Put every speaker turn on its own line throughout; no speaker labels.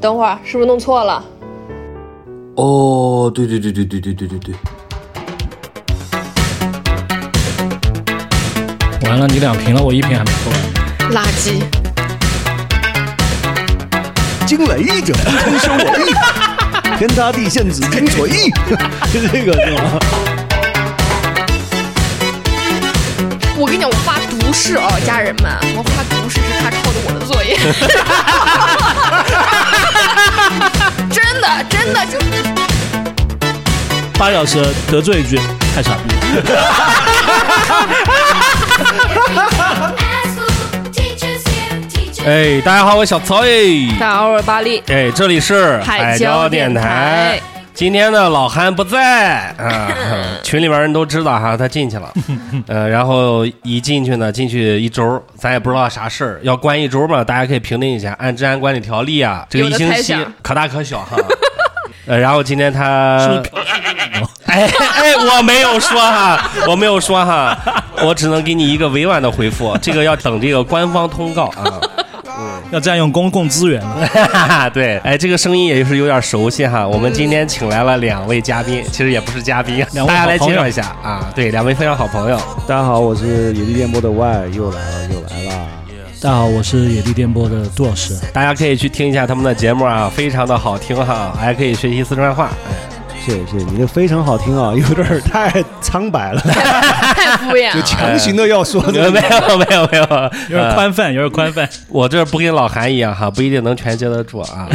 等会儿是不是弄错了？
哦，对对对对对对对对对，
完了，你两瓶了，我一瓶还没喝完。
垃圾！
经纬一者不称兄我意，天塌地陷只因所 欲，是这个是吗？
我跟你讲，我发毒誓哦，家人们，我发毒誓是他抄的我的作 业。真的，真的就
八小时得罪一句，太傻逼了。
哎，大家好，我小曹哎。
大偶尔巴力，
哎，这里是
海
椒
椒
电
电台
今天呢，老韩不在 啊，群里边人都知道哈，他进去了。 呃，然后一进去呢，进去一周，咱也不知道啥事儿，要关一周嘛，大家可以评论一下，按治安管理条例啊，这个一
有的
星
猜
期
想
可大可小 哈。呃，然后今天他
是不是
哎哎，我没有说哈，我没有说哈，我只能给你一个委婉的回复，这个要等这个官方通告啊。
要占用公共资源了？
哈哈， 对，哎，这个声音也是有点熟悉哈。我们今天请来了两位嘉宾，其实也不是嘉宾，
两位好朋友
大家来介绍一下啊。对，两位非常好朋友。
大家好，我是野地电波的 Y，又来了，又来了。
大家好，我是野地电波的杜老师。
大家可以去听一下他们的节目啊，非常的好听哈，还可以学习四川话。
谢谢谢谢，你这非常好听啊，有点儿太苍白了，
太敷衍
就
了。
强行的要说
没
哎
有
的。
没有没有没有，
有点
呃
宽泛，有 点宽泛。
我这不跟老韩一样哈，不一定能全接得 住啊。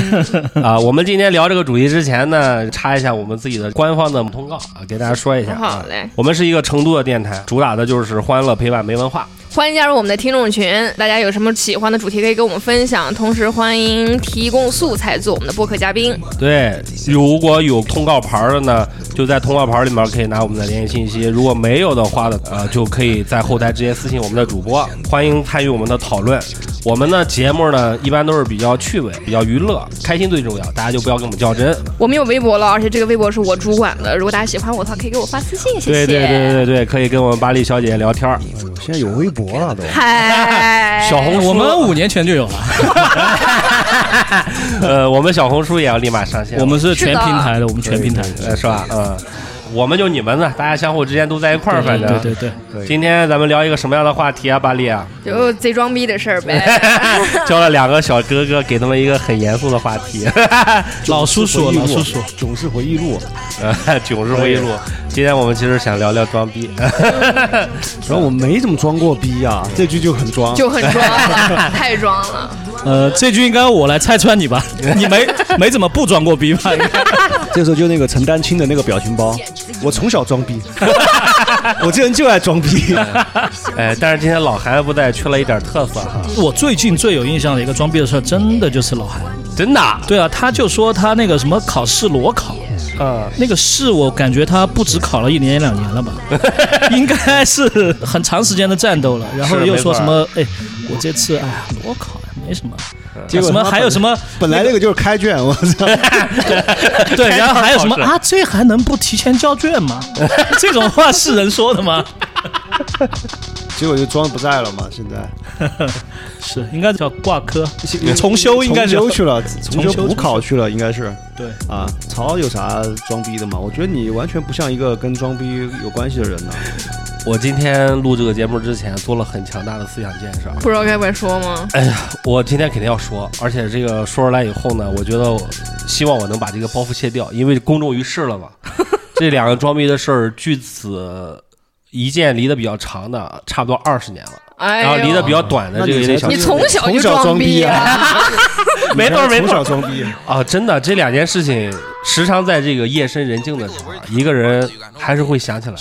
啊，我们今天聊这个主题之前呢，插一下我们自己的官方的通告啊，给大家说一下、啊。
好嘞，
我们是一个成都的电台，主打的就是欢乐陪伴没文化。
欢迎加入我们的听众群，大家有什么喜欢的主题可以跟我们分享，同时欢迎提供素材做我们的播客嘉宾。
对，如果有通告牌的呢，就在通告牌里面可以拿我们的联系信息；如果没有的话呢，呃，就可以在后台直接私信我们的主播，欢迎参与我们的讨论。我们的节目呢，一般都是比较趣味、比较娱乐，开心最重要，啊大家就不要跟我们较真。
我们有微博了，而且这个微博是我主管的，如果大家喜欢我的话，可以给我发私信，谢
对
谢。
对对对对，可以跟我们巴黎小姐姐聊天儿。
现在有微博了都，
嗨，
小红书，
哎我 们五年前就有了，
呃，我们小红书也要立马上线了，
我们是
是
全
的
平台的，我们全平台。
呃是吧？嗯，我们就你们呢，大家相互之间都在一块儿，反
对
正
对对对，
今天咱们聊一个什么样的话题啊，巴黎啊？
就贼装逼的事儿 呗。
教了两个小哥哥，给他们一个很严肃的话 题，
老叔叔，老叔叔，
总是回忆录，
呃囧是回忆录。今天我们其实想聊聊装 逼，
主要我没怎么装过逼啊，这句就很装。
就很装 了，太装了。
呃，这局应该我来拆穿你吧？你没没怎么不装过逼吧？
这时候就那个陈丹青的那个表情包，我从小 装逼，我这人就爱装逼。
哎，但是今天老韩不在，缺了一点特色哈，
我最近最有印象的一个装逼的事儿，真的就是老韩。
真的啊，
对啊，他就说他那个什么考试裸考，
嗯，
那个试我感觉他不止考了一年两年 了吧，应该是很长时间的战斗了。然后
是
又
没
说
错嗯
什么，哎，我这次哎呀裸考呀，没什么，
结果
什么
他
还有
本
什么
本来那个就是开卷，我操！
对，然后还有什么
开始
啊？这还能不提前交卷 吗？这种话是人说的吗？
结果就装不在了嘛，现在
是，应该叫挂科，重修应该
重
是
修去了，重
重修
修补考去了，应该是。
对。
啊，曹有啥装逼的吗？我觉得你完全不像一个跟装逼有关系的人呢、
我今天录这个节目之前做了很强大的思想建设，哎
不知道该不该说吗？
我今天肯定要说，而且这个说出来以后呢，我觉得我希望我能把这个包袱卸掉，因为公众于世了嘛。 这两个装逼的事儿，距此一件离得比较长的，差不多二十年了，
哎
然后
呦，
离得比较短的
那
哎这个
你
也得
才
小
你
心。
从小就装逼啊！
没错没
从
错
小装逼，
啊，真的，这两件事情时常在这个夜深人静的时候，啊一个人还是会想起来。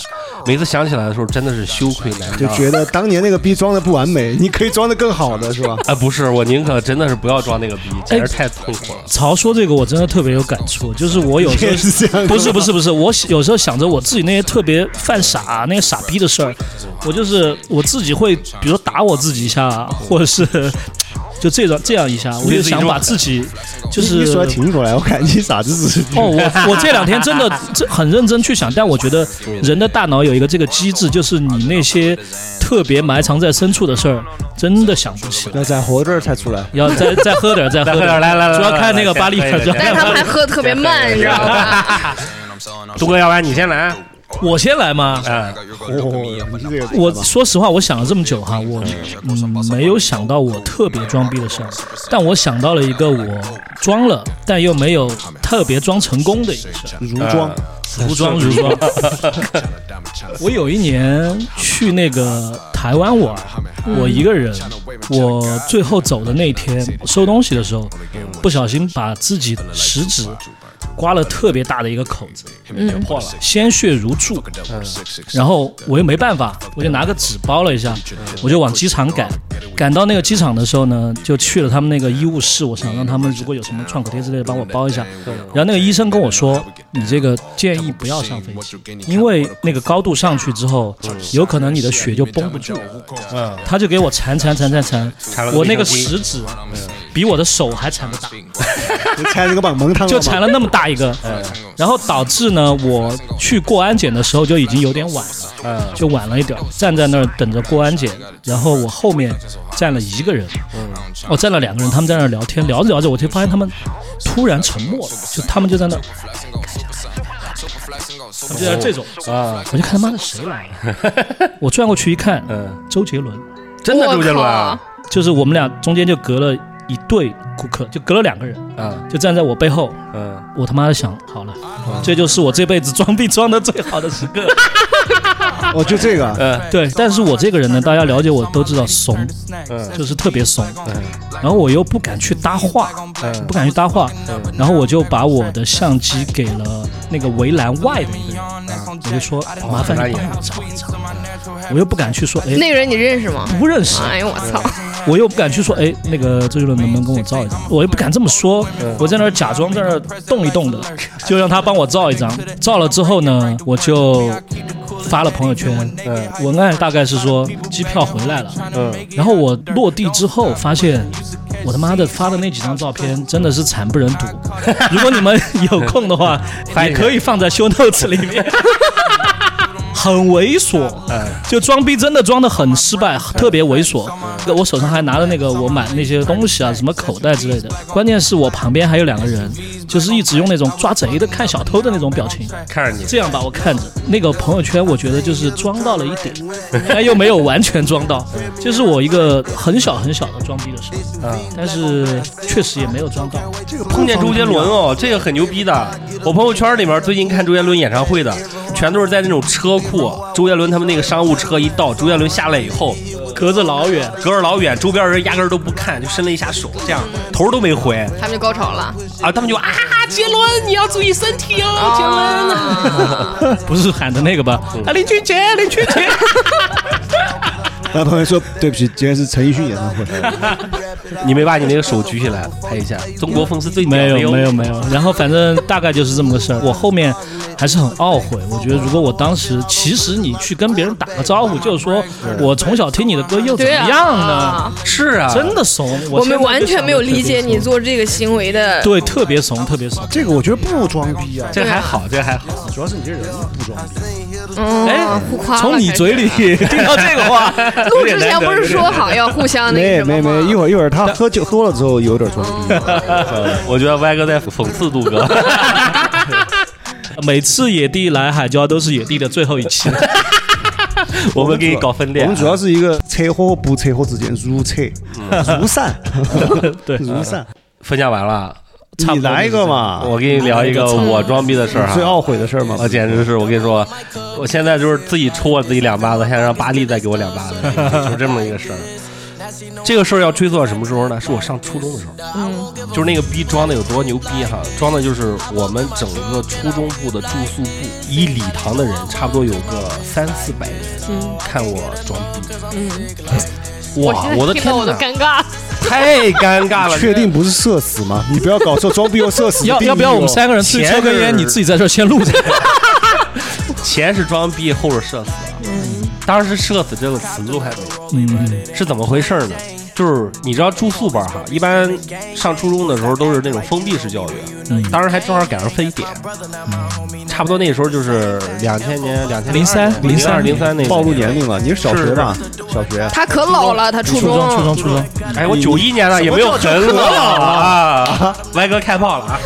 每次想起来的时候，真的是羞愧难
就
当。
觉得当年那个逼装的不完美，你可以装的更好的是吧？
啊，不是，我宁可真的是不要装那个逼，
哎
简直太痛苦了。
曹说这个我真的特别有感触，就是我有时候
也是这样的吗
不是不是不是，我有时候想着我自己那些特别犯傻、那些傻逼的事儿，我就是我自己会，比如打我自己一下，或者是就这种这样一下，我就想把自己就是
你说挺过来，我看你傻子似的。
哦，我我这两天真的这很认真去想，但我觉得人的大脑有一个这个机制，就是你那些特别埋藏在深处的事儿，真的想不起来。
那再活着才出来。
要再再喝点儿，再喝
再喝
点
点儿
儿，
来来来
主要
来
看那个
来
巴利
来
克，
来
主要
但
看
是他
巴
们还
利克。
喝的特别慢，你知道 吧？
东哥，要不然你先来。啊
我先来嘛，
嗯，
哦，你这个
我说实话，我想了这么久哈，我嗯没有想到我特别装逼的事儿，但我想到了一个我装了但又没有特别装成功的一个事儿，
如妆，
如装如装。我有一年去那个台湾玩，我一个人，我最后走的那天收东西的时候，不小心把自己的食指刮了特别大的一个口子，
嗯，
破了，鲜血如注。然后我又没办法，我就拿个纸包了一下，我就往机场赶。赶到那个机场的时候呢，就去了他们那个医务室，我想让他们如果有什么创可贴之类的，帮我包一下。然后那个医生跟我说，你这个建议不要上飞机，因为那个高度上去之后，有可能你的血就绷不住。
嗯，
他就给我缠缠缠缠缠
缠了，个
我那个
飞机嗯
食指比我的手还缠得大。
你拆这个棒蒙他
就缠
了
了那么大一个，然后导致呢，我去过安检的时候就已经有点晚了，就晚了一点儿，站在那儿等着过安检，然后我后面站了一个人，我站了两个人，他们在那儿聊天，聊着聊着，我就发现他们突然沉默了，就他们就在那儿，他们就在这种，
啊，
我就看他妈的谁来了，我转过去一看，
嗯，
周杰伦，
真的周杰伦
我
啊，
就是我们俩中间就隔了一对顾客，就隔了两个人，
嗯
就站在我背后，
嗯，
我他妈的想好了，这就是我这辈子装逼装的最好的时刻。
哦，就这个，
对，但是我这个人呢，大家了解我都知道怂，就是特别怂。然后我又不敢去搭话，不敢去搭话，然后我就把我的相机给了那个围栏外的一个人，我就说哦麻烦你帮我找一找。我又不敢去说，哎，
那个人你认识吗？
不认识，
哎呦我操！
我又不敢去说，哎，那个周杰伦能不能跟我照一张？我又不敢这么说，我在那儿假装在那儿动一动的，就让他帮我照一张。照了之后呢，我就发了朋友圈，文案大概是说机票回来了，然后我落地之后发现。我他妈的发的那几张照片真的是惨不忍睹，如果你们有空的话，也可以放在 show notes 里面。很猥琐，就装逼真的装的很失败，特别猥琐。我手上还拿着那个我买的那些东西啊，什么口袋之类的。关键是我旁边还有两个人，就是一直用那种抓贼的、看小偷的那种表情。
看着你，
这样吧，我看着那个朋友圈，我觉得就是装到了一 点，但又没有完全装到，就是我一个很小很小的装逼的时候，但是确实也没有装到。
碰见周杰伦哦，这个很牛逼的。我朋友圈里面最近看周杰伦演唱会的，全都是在那种车库，周杰伦他们那个商务车一到，周杰伦下来以后，
隔着老远，
隔着老远，周边人压根儿都不看，就伸了一下手，这样头都没回
他们就高潮了。
啊，他们就啊，杰伦你要注意身体哦，杰伦。
啊，
不是喊的那个吧？啊，林俊杰，林俊杰。
然后朋友说对不起，今天是陈奕迅演唱会，
你没把啊你那个手举起来拍一下，中国风是最 屌
没
的
有
哟
没有没有，然后反正大概就是这么个事儿。我后面还是很懊悔，我觉得如果我当时，其实你去跟别人打个招呼，就是说我从小听你的歌又怎
对
么
啊，
样呢？
是啊，
真的怂，
我
现在
们
就
完全没有理解你
想
做这个行为的
得特别怂，对，特别怂，特别怂。
这个我觉得不装逼啊，
这还好，这还好，
主要是你这人不装逼。
嗯，互夸了。
从你嘴里
开始
听到这个话，
录之前不是说好要互相啊那个
没
什么
没没，一
吗？
会儿一会儿他喝酒喝了之后有点装逼，
嗯我觉得歪哥在讽刺杜哥。
每次野地来海椒都是野地的最后一期。
我们给你搞分裂。
啊我们主要是一个扯和不扯和之间如扯如散，
对
如散。
分享完了，
差不多
你来一个嘛，
我给你聊一个我装逼的事儿
最
哈。
懊悔的事儿嘛，
我啊简直是，我跟你说，我现在就是自己抽我自己两巴子，现在让巴力再给我两巴子，就是这么一个事儿。这个事儿要追溯到什么时候呢？是我上初中的时候，
嗯，
就是那个逼装的有多牛逼哈，装的就是我们整个初中部的住宿部一礼堂的人，差不多有个三四百人，看我装 逼，嗯，哇，
现在
我的
听嗯
天
到我都
哪，
尴尬。
太尴尬了，
确定不是社死吗？你不要搞错，装逼又社死。
要要不要我们三个人去抽根
前
烟？
日
你自己在这儿先录着。
前是啊装逼，
嗯
后是社死。当时“社死”这个词都还没有，
嗯，
是怎么回事呢？就是你知道住宿班哈，一般上初中的时候都是那种封闭式教育，
嗯
当时还正好赶上非典，差不多那时候就是两千年、两
03
千嗯零二、零三
03
那
暴露
年。
年龄了，你是小学吧？小学。
他可老了，他初
初中初中初中，
哎，我九一年的也没有很老啊，歪哥开炮了啊！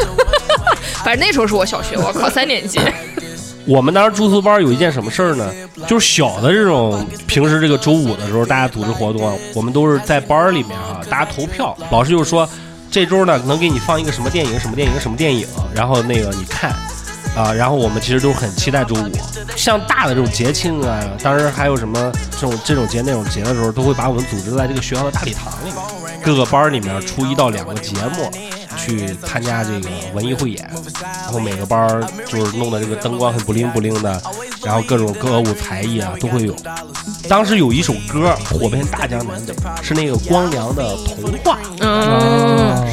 反正那时候是我小学，我靠，三年级。
我们当时住宿班有一件什么事儿呢？就是小的这种平时这个周五的时候，大家组织活动啊，我们都是在班儿里面啊，大家投票，老师就是说这周呢能给你放一个什么电影、什么电影、什么电影，然后那个你看。啊，然后我们其实都很期待周五，像大的这种节庆啊，当时还有什么这种这种节那种节的时候，都会把我们组织在这个学校的大礼堂里面，各个班儿里面出一到两个节目，去参加这个文艺汇演，然后每个班儿就是弄的这个灯光很不灵不灵的，然后各种歌舞才艺啊都会有。当时有一首歌火遍大江南北，是那个光良的《童话》。
嗯，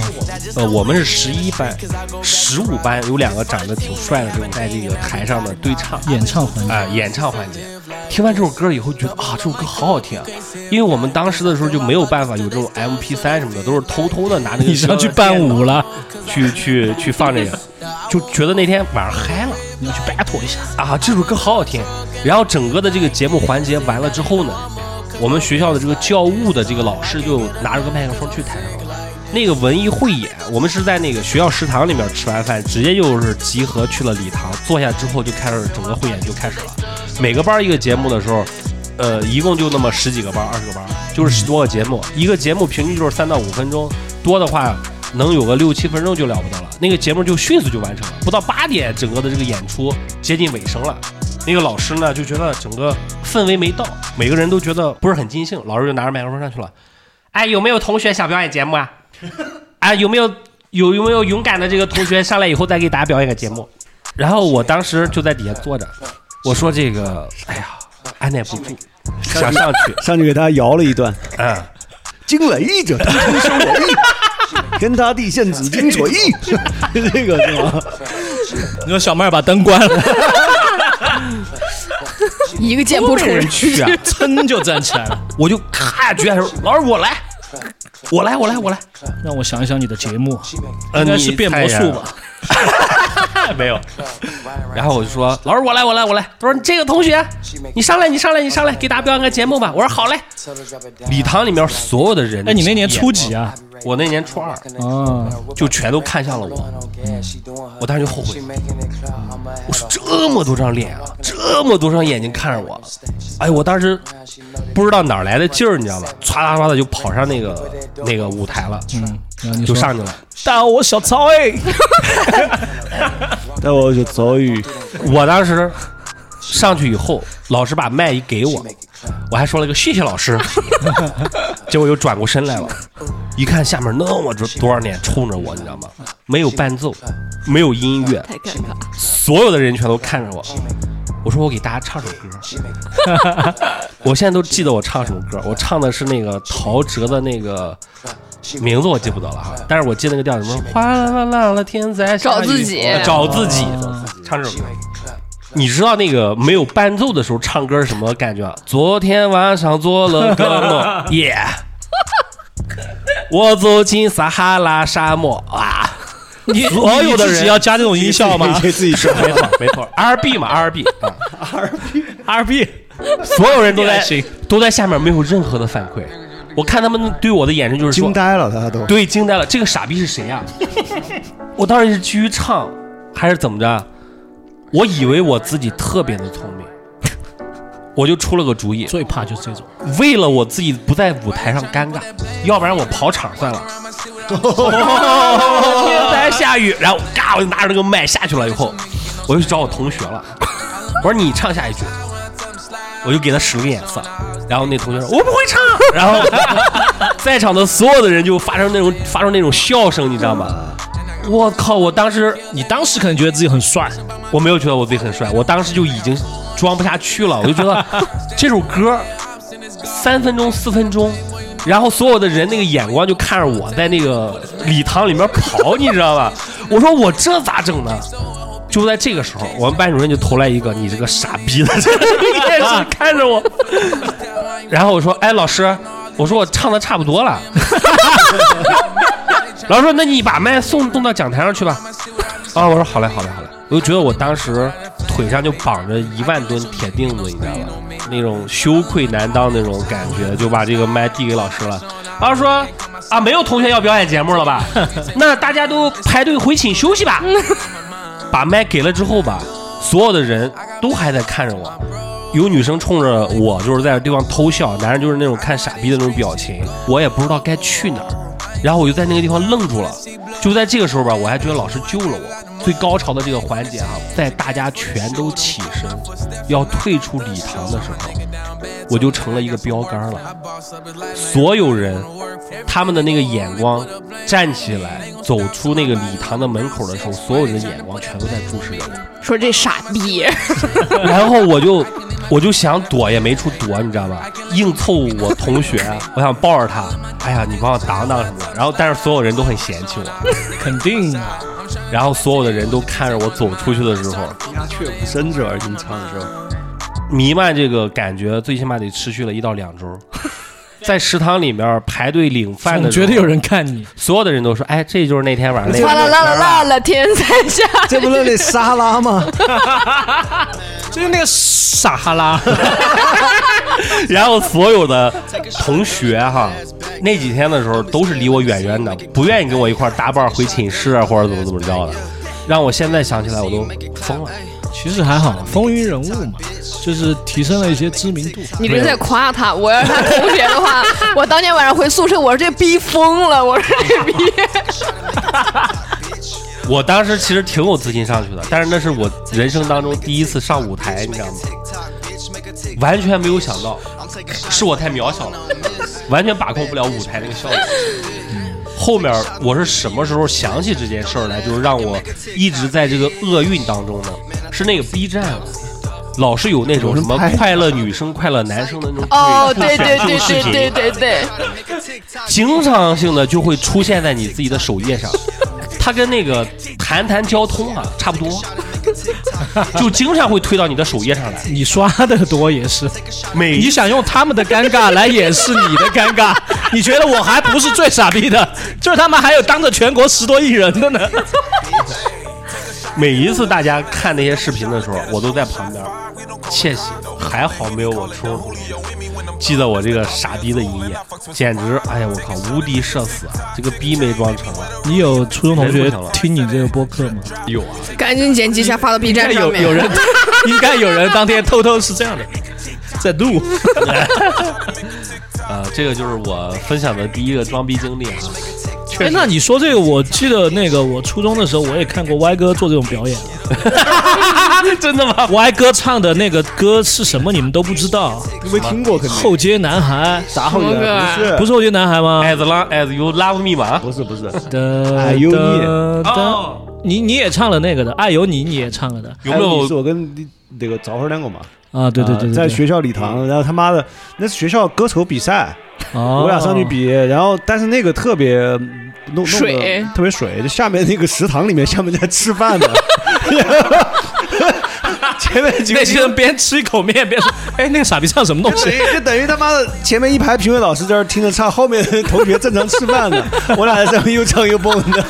呃，我们是十一班，十五班有两个长得挺帅的这种在这个台上的对唱，
演唱环节
啊、演唱环节。听完这首歌以后，觉得啊，这首歌好好听啊！因为我们当时的时候就没有办法有这种 MP 3什么的，都是偷偷的拿那个
你上去伴舞了，
去去去放这个，就觉得那天晚上嗨了
你要去 battle 一下。
啊，这首歌好好听。然后整个的这个节目环节完了之后呢，我们学校的这个教务的这个老师就拿着个麦克风去台上了。那个文艺汇演，我们是在那个学校食堂里面吃完饭，直接就是集合去了礼堂，坐下之后就开始整个汇演就开始了。每个班儿一个节目的时候，呃，一共就那么十几个班儿，二十个班儿，就是十多个节目，一个节目平均就是三到五分钟，多的话能有个六七分钟就了不得了。那个节目就迅速就完成了，不到八点，整个的这个演出接近尾声了。那个老师呢就觉得整个氛围没到，每个人都觉得不是很尽兴，老师就拿着麦克风上去了，哎，有没有同学想表演节目啊？ 啊，有没有有有没有勇敢的这个同学上来以后再给大家表演个节目？然后我当时就在底下坐着，我说这个，哎呀，按耐不住，想上 去，
上去给他摇了一段，
嗯，
惊雷一者，天生我意，天塌地陷，紫金所意。
这个是 吗？
你说小妹儿把灯关了，
一个箭步出人
去啊！
噌就站起来了。
我就咔举起来说，老师我来，我来，我来，我来。
让我想一想你的节目，啊
呃
应该
你
是变魔术吧？
没有。然后我就说，老师我来，我来，我来。他说你这个同学，你上来，你上来，你上来，给大家表演个节目吧。我说好嘞。 礼堂里面所有的人，
哎，你那年初几？啊？
我那年初二，
啊，
就全都看向了我。我当时就后悔，我说这么多张脸啊，这么多双眼睛看着我，哎，我当时不知道哪儿来的劲儿，你知道吧？唰啦唰的就跑上那个那个舞台了，
然后啊你
就
说
上去了。
但我小曹哎，
但我就遭遇
我当时上去以后，老师把麦一给我，我还说了一个谢谢 老师，结果又转过身来了，一看下面那么多多少脸冲着我，你知道吗？没有伴奏，没有音乐，
太尴尬。
所有的人全都看着我。我说我给大家唱首歌，我现在都记得我唱什么歌，我唱的是那个陶喆的那个名字我记不得了
嗯
哈，但是我记得那个调什么哗啦啦啦啦天在下
找
雨
自己
呃找自己，
嗯
唱这首歌。你知道那个没有伴奏的时候唱歌是什么感觉啊？昨天晚上做了个梦，耶、我走进撒哈拉沙漠啊！
你
所有的人
你自己要加这种音效吗
自己 说，
没错，没错，R B 嘛，R B 啊，
？R B，
所有人都在
还行
都在下面没有任何的反馈。我看他们对我的眼神就是说
惊，呆了，他都。
对，惊呆了，这个傻逼是谁呀、我当时是基于唱还是怎么着？我以为我自己特别的聪明， 我就出了个主意，
最怕就是这种。
为了我自己不在舞台上尴尬，要不然我跑场算了。天灾下雨，然后嘎，我就拿着那个麦下去了，以后我就去找我同学了，我说你唱下一句，我就给他使了个眼色，然后那同学说我不会唱，然后在场的所有的人就发生那种发出那种笑声，你知道吗？我靠！我当时
你当时可能觉得自己很帅，
我没有觉得我自己很帅，我当时就已经装不下去了，我就觉得这首歌三分钟四分钟，然后所有的人那个眼光就看着我在那个礼堂里面跑，你知道吧？我说我这咋整呢？就在这个时候，我们班主任就投来一个“你这个傻逼的”这个眼神看着我，然后我说：“哎，老师，我说我唱的差不多了。 然后说那你把麦送送到讲台上去吧。啊，我说好嘞，好嘞，好嘞。我就觉得我当时腿上就绑着一万吨铁钉子，你知道吧？那种羞愧难当那种感觉，就把这个麦递给老师了。然后说啊，没有同学要表演节目了吧？ 那大家都排队回寝休息吧。把麦给了之后吧，所有的人都还在看着我，有女生冲着我就是在这地方偷笑，男人就是那种看傻逼的那种表情，我也不知道该去哪儿，然后我就在那个地方愣住了。就在这个时候吧，我还觉得老师救了我。最高潮的这个环节啊，在大家全都起身要退出礼堂的时候，我就成了一个标杆了。所有人他们的那个眼光站起来走出那个礼堂的门口的时候，所有人的眼光全都在注视着我。
说这傻逼，
然后我就我就想躲也没处躲，你知道吧？硬凑我同学，啊我想抱着他，哎呀，你帮我挡挡什么的。然后但是所有人都很嫌弃我，
肯定啊，
然后所有的人都看着我走出去的时候，
深者而你唱的时候，
弥漫这个感觉，最起码得持续了一到两 周。在食堂里面排队领饭的
总
时候，
觉得有人看你，
所有的人都说：“哎，这就是那天晚上那
哗啦
个。
啦啦啦啦，天在下。
这不是那沙拉 吗？
就是那个撒哈拉，
然后所有的同学哈，那几天的时候都是离我远远的，不愿意跟我一块儿搭伴儿回寝室啊，或者怎么怎么着的。让我现在想起来我都疯了。
其实还好，风云人物嘛，就是提升了一些知名度。
你这是在夸他，我要是他同学的话， 我当天晚上回宿舍，我说这逼疯了，我说这逼，
我当时其实挺有自信上去的，但是那是我人生当中第一次上舞台，你知道吗？完全没有想到，是我太渺小了，完全把控不了舞台那个效果。后面我是什么时候想起这件事儿来，就是让我一直在这个厄运当中呢？是那个 B 站啊，老是有那种什么快乐女生、快乐男生的那种
哦，对对
选
对
秀视
对
频
对对对，
经常性的就会出现在你自己的首页上，它跟那个谈谈交通啊差不多，就经常会推到你的首页上来。
你刷的多也是，
每
你想用他们的尴尬来掩饰你的尴 尬，你觉得我还不是最傻逼的，就是他们还有当着全国十多亿人的呢。
每一次大家看那些视频的时候，我都在旁边，窃喜，还好没有我出，记得我这个傻逼的一页，简直，哎呀，我靠，无敌社死啊！这个逼没装成啊，
你有初中同学听你这个播客吗？
有啊，
赶紧剪辑一下发到 B
哎
站上
有
面。
有人，应该有人当天偷偷是这样的，在录。
呃，这个就是我分享的第一个装逼经历啊。
哎，那你说这个，我记得那个我初中的时候，我也看过歪哥做这种表 演。
真的吗？
歪哥唱的那个歌是什么？你们都不知道，
你没听过肯定。
后街男孩。
啥后
什么歌啊
援？不是
不是后街男孩吗？
as long as you love me 嘛。
不是不是，
的
哎呦你
哦
你你也唱了那个的，爱有你你也唱了的
有没有
是我跟那个早会儿两个嘛？
啊，对对
啊
对对，
在
对
学校礼堂，然后他妈的那是学校歌手比赛，
哦
我俩上去比，然后但是那个特别嗯弄弄得
水
特别水，就下面那个食堂里面下面在吃饭 呢，前面几个
那些人边吃一口面边说，哎，那个傻逼唱什么东西？
就等于他妈的前面一排评委老师在那听着唱，后面的同学正常吃饭呢，我俩在上面又唱又蹦 的，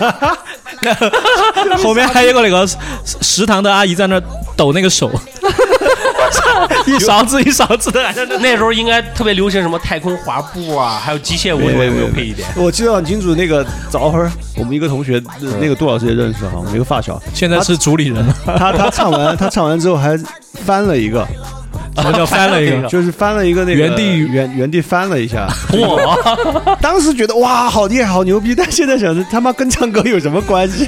后面还有个那个食食堂的阿姨在那儿抖那个手，一勺子一勺子的，
那时候应该特别流行什么太空滑步啊，还有机械舞，你们有没有配一点？
我记得很清楚，那个早会儿我们一个同学，那
嗯
个杜老师也认识哈，我们一个 发小，
现在是主理人了，
他他唱完他唱完之后还翻了一个，
我们就翻了一个。
就是翻了一个那个
原地
原原地翻了一下，
哇，
当时觉得哇好厉害好牛逼，但现在想着他妈跟唱歌有什么 关系？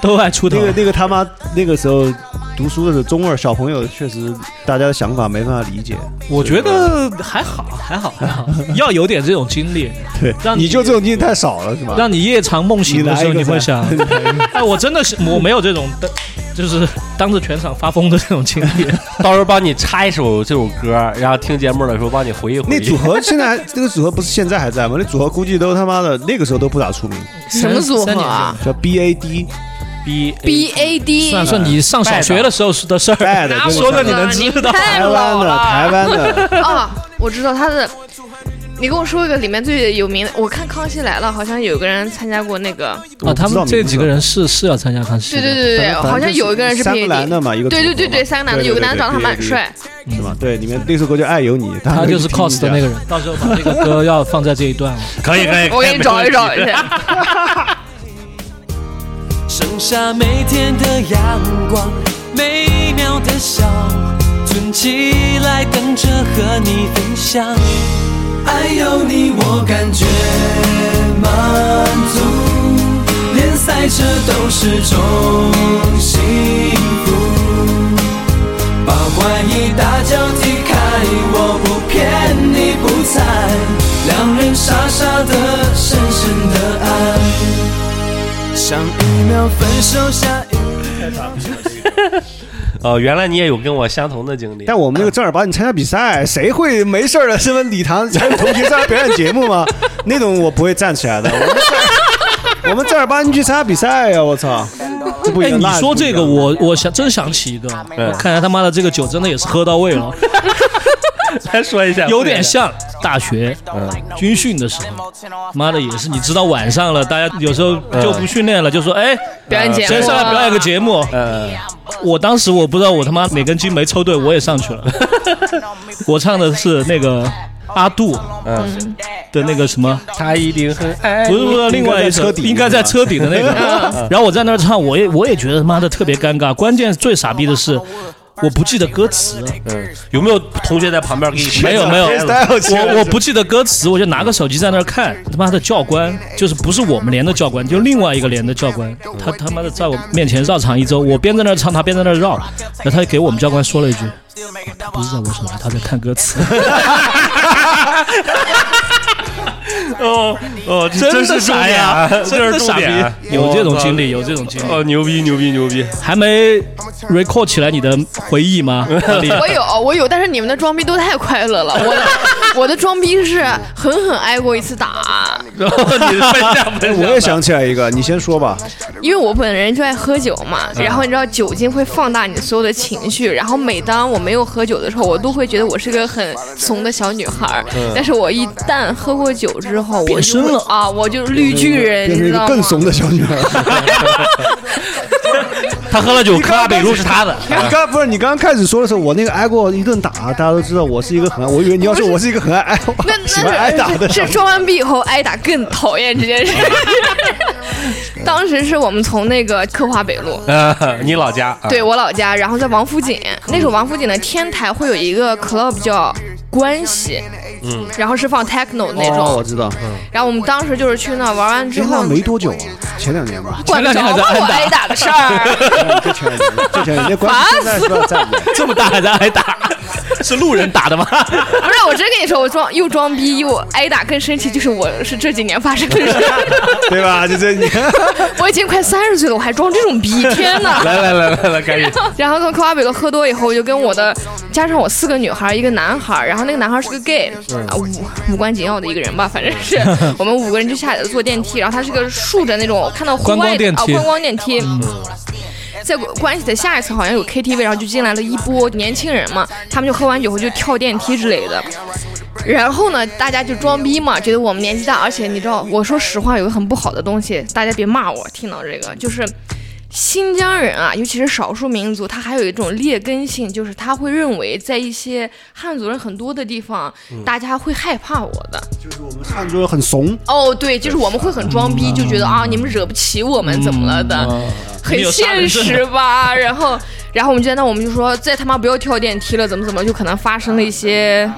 都爱出头
那。个那个他妈那个时候读书的时候，中二小朋友确实大家的想法没办法理解。
我觉得还好，还好，还好，要有点这种经历，
对，
让
你就这种经历太少了是吧？
让你夜长梦醒的时候，你
你拿一个
会想，哎，我真的是我没有这种的，就是当着全场发疯的这种经历。
到时候帮你插一首这首歌，然后听节目的时候帮你回忆回
那组
忆。
合现在还那个组合不是现在还在吗？那组合估计都他妈的那个时候都不咋出名，
什么组合啊？
叫 B A D
B
B A D，
算算你上小学的时候的事儿。啊
bad，
拿
真的
我
说的你能
你
知道
太
台
老
湾的
了，
台湾的，
啊，我知道他的。你跟我说一个里面最有名的，我看《康熙来了》，好像有个人参加过那个，
啊，他们这几个人是是要参加康熙
对
的，
对对对对，
反正
好像有一个人是
三
B
个
A
男
D
的嘛，一个
对对对对，
组
三个男的，
对对
有个男的
对
长得还蛮
对
帅，
合嘛是吧？对，里面那首歌叫《爱有你》，大家
他
可以
就是
去听一
cos 的
下
那个人。到时候把这个歌要放在这一段，
哎可以可以，
我给你找一找去。
剩下每天的阳光，每秒的笑，存起来等着和你分享。爱有你，我感觉满足，连赛车都是种幸福。把怀疑大脚踢开，我不骗你不猜，两人傻傻的、深深的爱。想一秒分手，下一
呃，原来你也有跟我相同的经历，
但 我们那个正儿八经参加比赛，谁会没事儿的身份礼堂咱同学参加表演节目吗？那种我不会站起来的。我们正我们正儿八经去参加比赛呀、我操，这不一
哎，
样。
你
那
说
不一
这
样
个，我我想真想起一个，
啊
嗯
看来他妈的这个酒真的也是喝到位 了，
来说一下，
有点像大学
嗯
军训的时候，妈的也是，你知道晚上了，大家有时候
嗯
就不训练了，就说哎，
表演节目啊
谁上来表演个节目？
嗯
呃，
我当时我不知道我他妈哪根筋没抽对，我也上去了， 我唱的是那个阿杜
嗯，
的那个什么。
他一定很爱哎你，
不是不
哎
是，另外一首应该在车顶的那 个。
嗯
然后我在那儿唱，我也我也觉得妈的特别尴尬。关键最傻逼的是，我不记得歌词，
嗯，有没有同学在旁边给你
没有没有，
freestyle 起来了
我我不记得歌词，我就拿个手机在那儿看。他妈的教官就是不是我们连的教官，就另外一个连的教官，他他妈的在我面前绕场一周，我边在那儿唱，他边在那儿绕，然后他就给我们教官说了一句。他不是在我手机，他在看歌词，
哦哦，这
真
是
的
重
傻
点
呀
啊，，
真
这
的
是重
傻逼
点，，啊
有这种经历，
我
有这种经历
操。，哦，牛逼牛逼牛逼，
还没 record 起来你的回忆 吗？老李
我有我有，但是你们的装逼都太快乐了，我的我的装逼是狠狠挨过一次打，
然后你分享分享，
哎我也想起来一个，你先说吧。
因为我本人就爱喝酒嘛，然后你知道酒精会放大你所有的情绪，然后每当我没有喝酒的时候，我都会觉得我是个很怂的小女孩儿，但是我一旦喝过酒之后，我
变
就
身
会
了
啊，我就是绿巨人，你
变成
知
一个
道
更
吗？
怂的小女孩。
他喝了酒，克拉北路是他的，
你刚不是你刚刚开始说的时候，我那个挨过一顿打，大家都知道我是一个很爱，我以为你要说我是一个很爱挨
那
喜欢挨打
那
的
是是
小女孩。
装完逼以后挨打更讨厌这 件事。当时是我们从那个刻画北
啊
路，
呃，你老家，啊
对我老家，然后在王府井，那时候王府井的天台会有一个 club 叫关系，嗯，然后是放 techno 那种，
哦，我知道。
然后我们当时就是去那玩完之
哎，那
后，
没多久啊，前两年吧，
管得着吗？我挨打的事儿，
就前两年，就前两年，关系现在是要站的。
这么大还在挨打， 是路人打的吗？
不是，我真跟你说，我装又装逼又挨打，更生气就是我是这几年发生的事，
对吧？就这，你看，
我已经快三十岁了，我还装这种逼，天哪！
来来来来来，赶紧，
然后从科瓦北洛喝多以后，我就跟我的加上我四个女孩儿一个男孩儿，然后那个男孩儿是个 gay，、啊
嗯
五五官紧要的一个人吧，反正 是我们五个人就下来坐电梯，然后他是个竖着那种，我看到户
观光
外的
电
啊
梯嗯
观光电梯。在关系的下一层好像有 KTV，然后就进来了一波年轻人嘛，他们就喝完酒后就跳电梯之类的。然后呢，大家就装逼嘛，觉得我们年纪大，而且你知道，我说实话，有个很不好的东西，大家别骂我，听到这个就是。新疆人啊，尤其是少数民族，他还有一种劣根性，就是他会认为在一些汉族人很多的地方，大家会害怕我的。
就是我们汉族人很怂，
哦，对，就是我们会很装逼，就觉得啊，你们惹不起我们，怎么了的，很
嗯你有杀
现
人证
实吧？ 然后，然后我们就在那，我们就说再他妈不要跳电梯了，怎么怎么，就可能发生了一些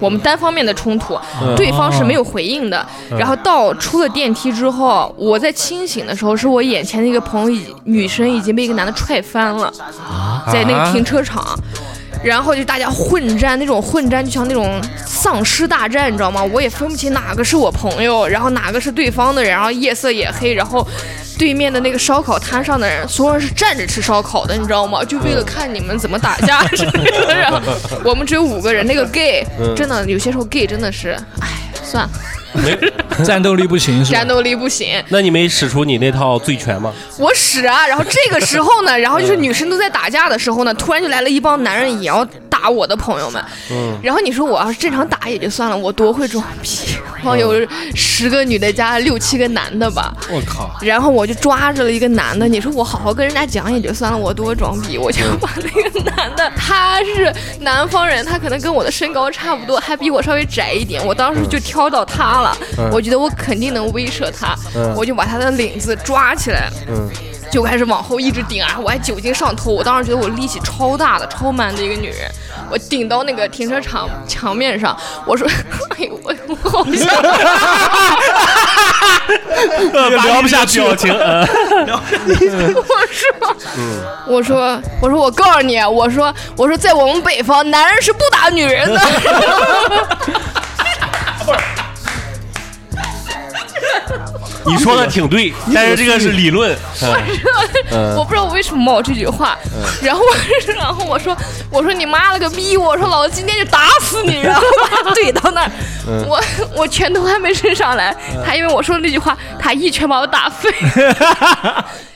我们单方面的冲突，
嗯
对方是
哦
没有回应的。然后到出了电梯之后，我在清醒的时候，是我眼前的一个朋友已，女生已经被一个男的踹翻了，
啊
在那个停车场。然后就大家混战，那种混战就像那种丧尸大战，你知道吗？我也分不清哪个是我朋友，然后哪个是对方的人，然后夜色也黑，然后对面的那个烧烤摊上的人，所有人是站着吃烧烤的，你知道吗？ 就为了看你们怎么打架 之类的。然后我们只有五个人，那个 gay 真的有些时候 gay 真的是，哎，算了，
没，
战斗力不行是吧
战？斗力不行，
那你没使出你那套醉拳吗？
我使啊。然后这个时候呢，然后就是女生都在打架的时候呢，突然就来了一帮男人也要打我的朋友们。然后你说我要是正常打也就算了，我多会装逼，我有十个女的加六七个男的吧。
我靠！
然后我就抓着了一个男的，你说我好好跟人家讲也就算了，我多装逼，我就把那个男的，他是南方人，他可能跟我的身高差不多，还比我稍微窄一点，我当时就挑到他了，我觉得我肯定能威慑他，我就把他的领子抓起来，就开始往后一直顶啊！我还酒精上头，我当时觉得我力气超大的、超 man 的一个女人，我顶到那个停车场墙面上，我说：“ 哎呦，我我好想。”
聊不下去，表 情。呃
我说，我说，我说，我告诉你，我说，我说，在我们北方，男人是不打女人的。
你说的挺对，但是这个是理论。嗯
我不知道我为什么冒这句话，然后 我，然后我说，我说你妈了个逼！我说老子今天就打死你！然后把他怼到那儿，我我拳头还没伸上来，他因为我说那句话，他一拳把我打飞。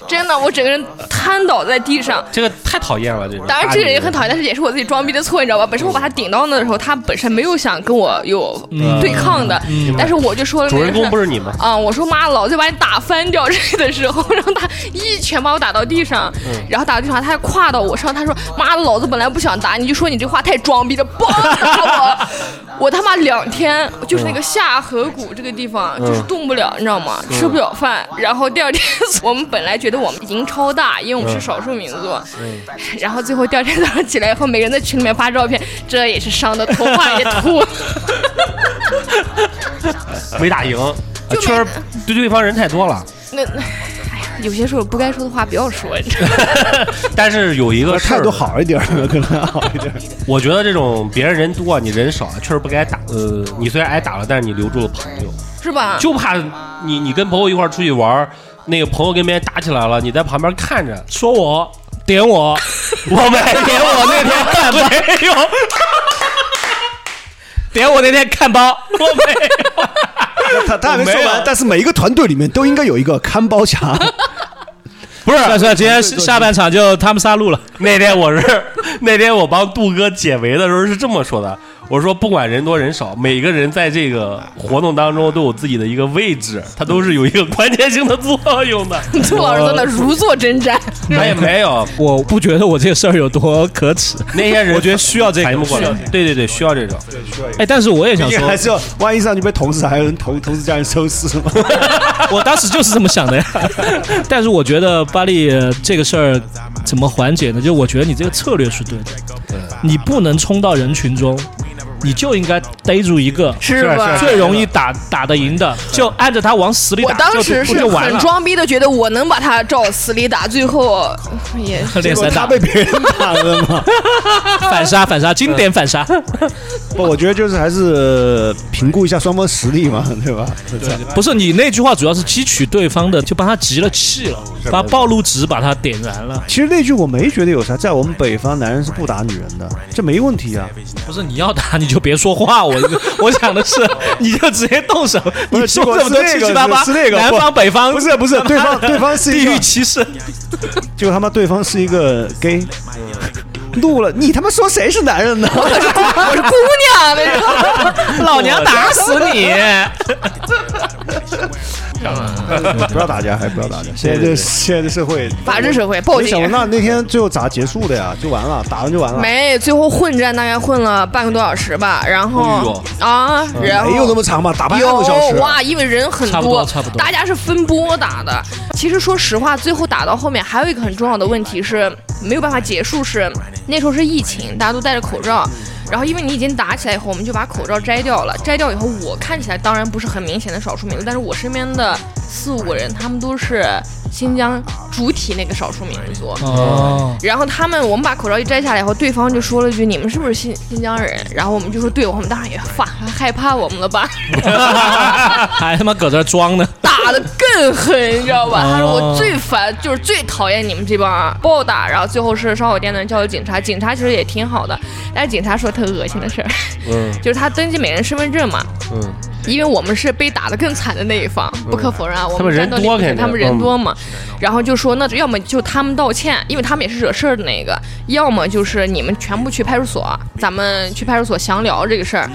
真的，我整个人瘫倒在地上，
这个太讨厌了，这种。
当然，这个人也很讨厌，但是也是我自己装逼的错，你知道吧？本身我把他顶到那的时候，他本身没有想跟我有对抗的，但是我就说了那
主
个事
人
儿，
公不是你吗？
啊、我说妈，老子把你打翻掉这个的时候， 然后他一拳把我打到地上，
嗯
然后打到地上，他还跨到我上，他说妈的，老子本来不想打你，就说你这话太装逼了，嘣打 我，我他妈两天就是那
嗯
个下颌骨这个地方就是动不了，你知道吗？吃不了饭，然后第二天 我们本来觉得我们已经超大，因为
嗯
我们是少数民族， 然后最后第二天早上起来以后，每个人在群里面发照片，这也是伤的，头发也秃。
没打 赢，
就没
确实对对方人太 多了。
那那，哎呀，有些时候不该说的话不要说，你知道吗？
但是有一个事
态
儿
度，好一点儿，可能好一 点儿。
我觉得这种别人人多你人少，确实不该打。呃，你虽然挨打了，但是你留住了朋友，
是吧？
就怕你你跟朋友一块儿出去玩儿，那个朋友跟别人打起来了，你在旁边看着。
说我点我，
我没有，我那天看 没有，
点我那天看 包，
我没有。
他他还没
没
说
有
完，但是每一个团队里面都应该有一个看包 侠，
不是，算算，今天下半场就他们仨录了。
那天我是那天我帮杜哥解围的时候是这么说的，我说不管人多人少，每个人在这个活动当中都有自己的一个位置，它都是有一个关键性的作用的。
杜老师真的如坐针毡，
他也没有
我不觉得我这个事儿有多可耻，
那些人，
我觉得需要这个
反应不过来
需要这。
对对对，需要这种。
哎，但是我也想
你
说，
还是要万一上去被同事还有人同同事家人收拾吗？
我当时就是这么想的呀。 但是我觉得巴黎呃这个事儿怎么缓解呢？就我觉得你这个策略是对的，你不能冲到人群中，你就应该逮住一个
是啊吧？
最容易打打得赢的，
啊
就按着他往死里
我
打，
当
就就
时
是就完
很
了。
装逼的，觉得我能把他照死里打，最后也
连三
他
打
被别人打了吗？
反 杀反杀经典反杀，
不，我觉得就是还是评估一下双方实力嘛， 对吧？
不是你那句话主要是吸取对方的，就把他急了气了，把暴露值把他点燃了。
其实那句我没觉得有啥，在我们北方男人是不打女人的，这没问题啊。
不是你要打你就 别说话，我我想的是你就直接动手，
不
你
是
说
结果
这
是
么多
那
七
个
七八八，
是那个
南
不
方北方
不是不是，对方对方是
地
一
域
个，
歧视，
就他妈对方是一个 gay，怒了，你他妈说谁是男人 呢？
我是姑娘那种。
老娘打死你！
不要打架，还不要打架。现在这现在这社会，
法治社会报
我就
警
想问，那那天最后咋结束的呀？就完了，打完就完了。
没，最后混战大概混了半个多小时吧，然后
哦
啊，然后
没有那么长吧？打半个多小时
有。哇，因为人很
差不多差不多
大家是分波打的。其实说实话，最后打到后面还有一个很重要的问题是没有办法结束是，那时候是疫情，大家都戴着口罩。然后，因为你已经打起来以后，我们就把口罩摘掉了。摘掉以后，我看起来当然不是很明显的少数民族，但是我身边的四五个人，他们都是新疆主体那个少数民族。
哦，
然后他们，我们把口罩一摘下来以后，对方就说了一句：“你们是不是新新疆人？”然后我们就说：“对，我们当然也发害怕我们了吧。”
还他妈搁这装呢！
打的更狠，你知道吧？
哦
他说我最烦，就是最讨厌你们这帮啊暴打，然后最后是烧烤店的人叫了警察，警察其实也挺好的，但是警察说特恶心的事儿，
嗯
就是他登记每人身份证嘛，
嗯，
因为我们是被打得更惨的那一方，不可否认啊，我
他们人
战斗力
多
不行
肯定
他们人多嘛。然后就说，那要么就他们道歉，因为他们也是惹事儿的那个；要么就是你们全部去派出所，咱们去派出所详聊这个事儿。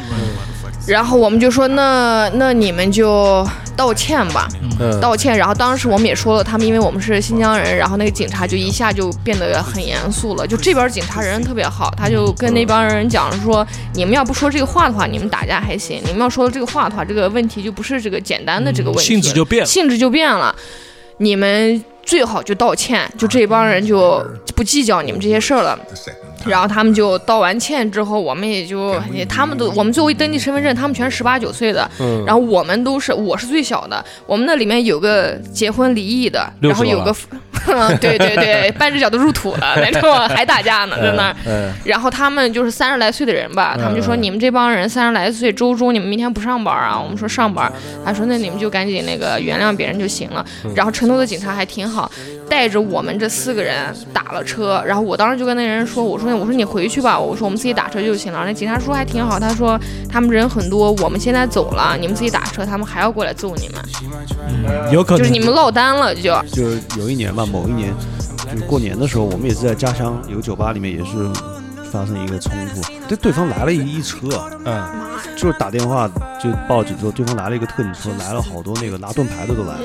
然后我们就说，那那你们就道歉吧，
嗯
道歉。然后当时我们也说了，他们因为我们是新疆人，然后那个警察就一下就变得很严肃了。就这边警察人特别好，他就跟那帮人讲说，你们要不说这个话的话，你们打架还行；你们要说了这个话的话，这个问题就不是这个简单的这个问题，
嗯性质就变了
性质就变了。你们最好就道歉，就这帮人就不计较你们这些事儿了。然后他们就道完歉之后，我们也就也他们都我们最后一登记身份证，他们全是十八九岁的，
嗯
然后我们都是我是最小的，我们那里面有个结婚离异的，
60
然后有
了
个 对对对，半只脚都入土了那种，还打架呢在那儿。
嗯
然后他们就是三十来岁的人吧，他们就说
嗯嗯
你们这帮人三十来岁，周中你们明天不上班啊？我们说上班，他说那你们就赶紧那个原谅别人就行了。
嗯
然后成都的警察还挺好，带着我们这四个人打了车，然后我当时就跟那人说，我说我说你回去吧，我说我们自己打车就行了。那警察叔还挺好，他说他们人很多，我们现在走了，你们自己打车，他们还要过来揍你 们，
有可能
就是你们落单了就。
就是有一年吧，某一年，就是过年的时候，我们也是在家乡有酒吧里面也是发生一个冲突，对对方来了一一车，
嗯
就是打电话就报警说对方来了一个特警车，来了好多那个拿盾牌的都来了，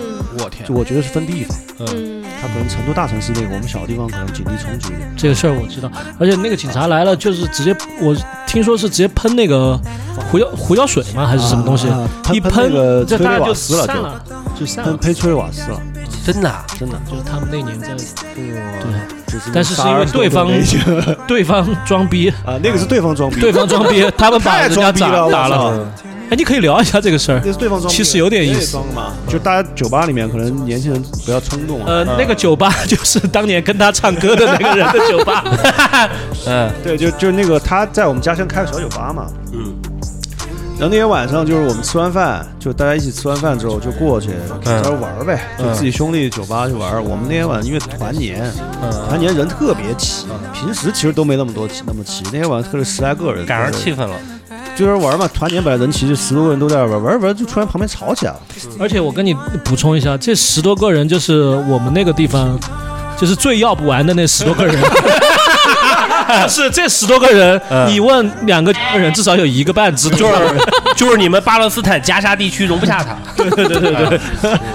我天
就我觉得是分地方，
嗯，
他可能成都大城市那个，我们小地方可能警力充足一点，
这个事儿我知道，而且那个警察来了，就是直接我听说是直接喷那个胡椒胡椒水吗？还是什么东西？
啊
一
喷那个
这
催
大
泪
家
瓦
就
斯了，
散
就
了，就散
喷
了。
喷催泪瓦斯了，
真的啊
真的，就是他们那年在对
就是
但是是因为对方
那个杀人动作那一集
对方装逼，
啊，那个是对方装逼，
对方装逼，他们把
太
人家
装逼
打
了，
打
我操
了。哎，你可以聊一下这个事儿。
那是对方装逼，
其实有点意思
我也装嘛，就大家酒吧里面可能年轻人不要冲动啊。
呃，那个酒吧就是当年跟他唱歌的那个人的 酒吧，
嗯
对，就就那个他在我们家乡开个小酒吧嘛，
嗯
然后那天晚上就是我们吃完饭，就大家一起吃完饭之后就过去
嗯
在那玩儿呗，就自己兄弟酒吧去玩儿。我们那天晚上因为团年，
嗯
团年人特别齐，平时其实都没那么多齐那么齐，那天晚上特别十来个人，
赶上气氛了，
就是玩儿嘛。团年本来人齐，就十多个人都在玩儿，玩儿着玩儿就突然旁边吵起来了。
而且我跟你补充一下，这十多个人就是我们那个地方，就是最要不完的那十多 个人。 就是这十多个人，
嗯
你问两个人，至少有一个半知道。
就是就是你们巴勒斯坦加沙地区容不下他，
对对对对对，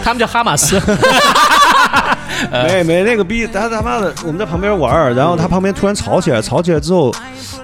他们叫哈马斯。
哦 没没那个逼，他他妈的，我们在旁边玩儿，然后他旁边突然吵起来，吵起来之后，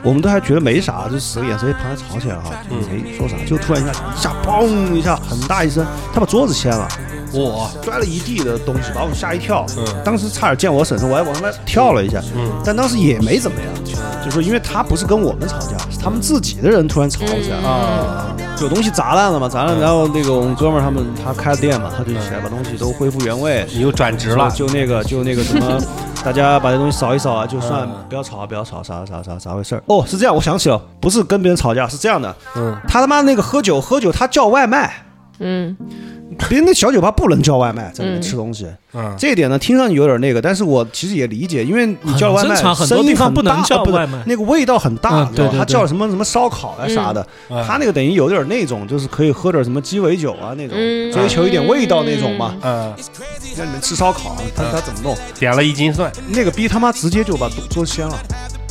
我们都还觉得没啥，就使个眼神，旁边吵起来哈，就没说啥，就突然一下一下嘣一下很大一声，他把桌子掀了，
我
摔了一地的东西，把我们吓一跳。当时差点溅我身上，我还往那跳了一下，但当时也没怎么样，就说因为他不是跟我们吵架，是他们自己的人突然吵起来，
啊
有东西砸烂了嘛，砸烂，然后那个我们哥们儿他们他开了店嘛，他就起来把东西都恢复原位，
你又转职了，
就就那个就那个什么，大家把这东西扫一扫啊，就算
嗯
不要吵啊，不要吵，啥啥啥啥回事儿？哦，是这样，我想起了，不是跟别人吵架，是这样的，
嗯
他他妈那个喝酒喝酒，他叫外卖，
嗯，
别人那小酒吧不能叫外卖，在里面吃东西，
嗯
这一点呢听上去有点那个，但是我其实也理解，因为你叫外卖，
很正常很多
声音
地方
很
不能
大
叫
呃不是
外卖
那个味道很大，
嗯
你知道
对
吧
对
他
对
叫什么什么烧烤啊啥的，
嗯
他那个等于有点那种，就是可以喝点什么鸡尾酒啊那种，
嗯
追求一点味道那种嘛，
嗯，
在里面吃烧烤啊，他他怎么弄？
点了一斤蒜，
那个逼他妈直接就把桌桌掀了，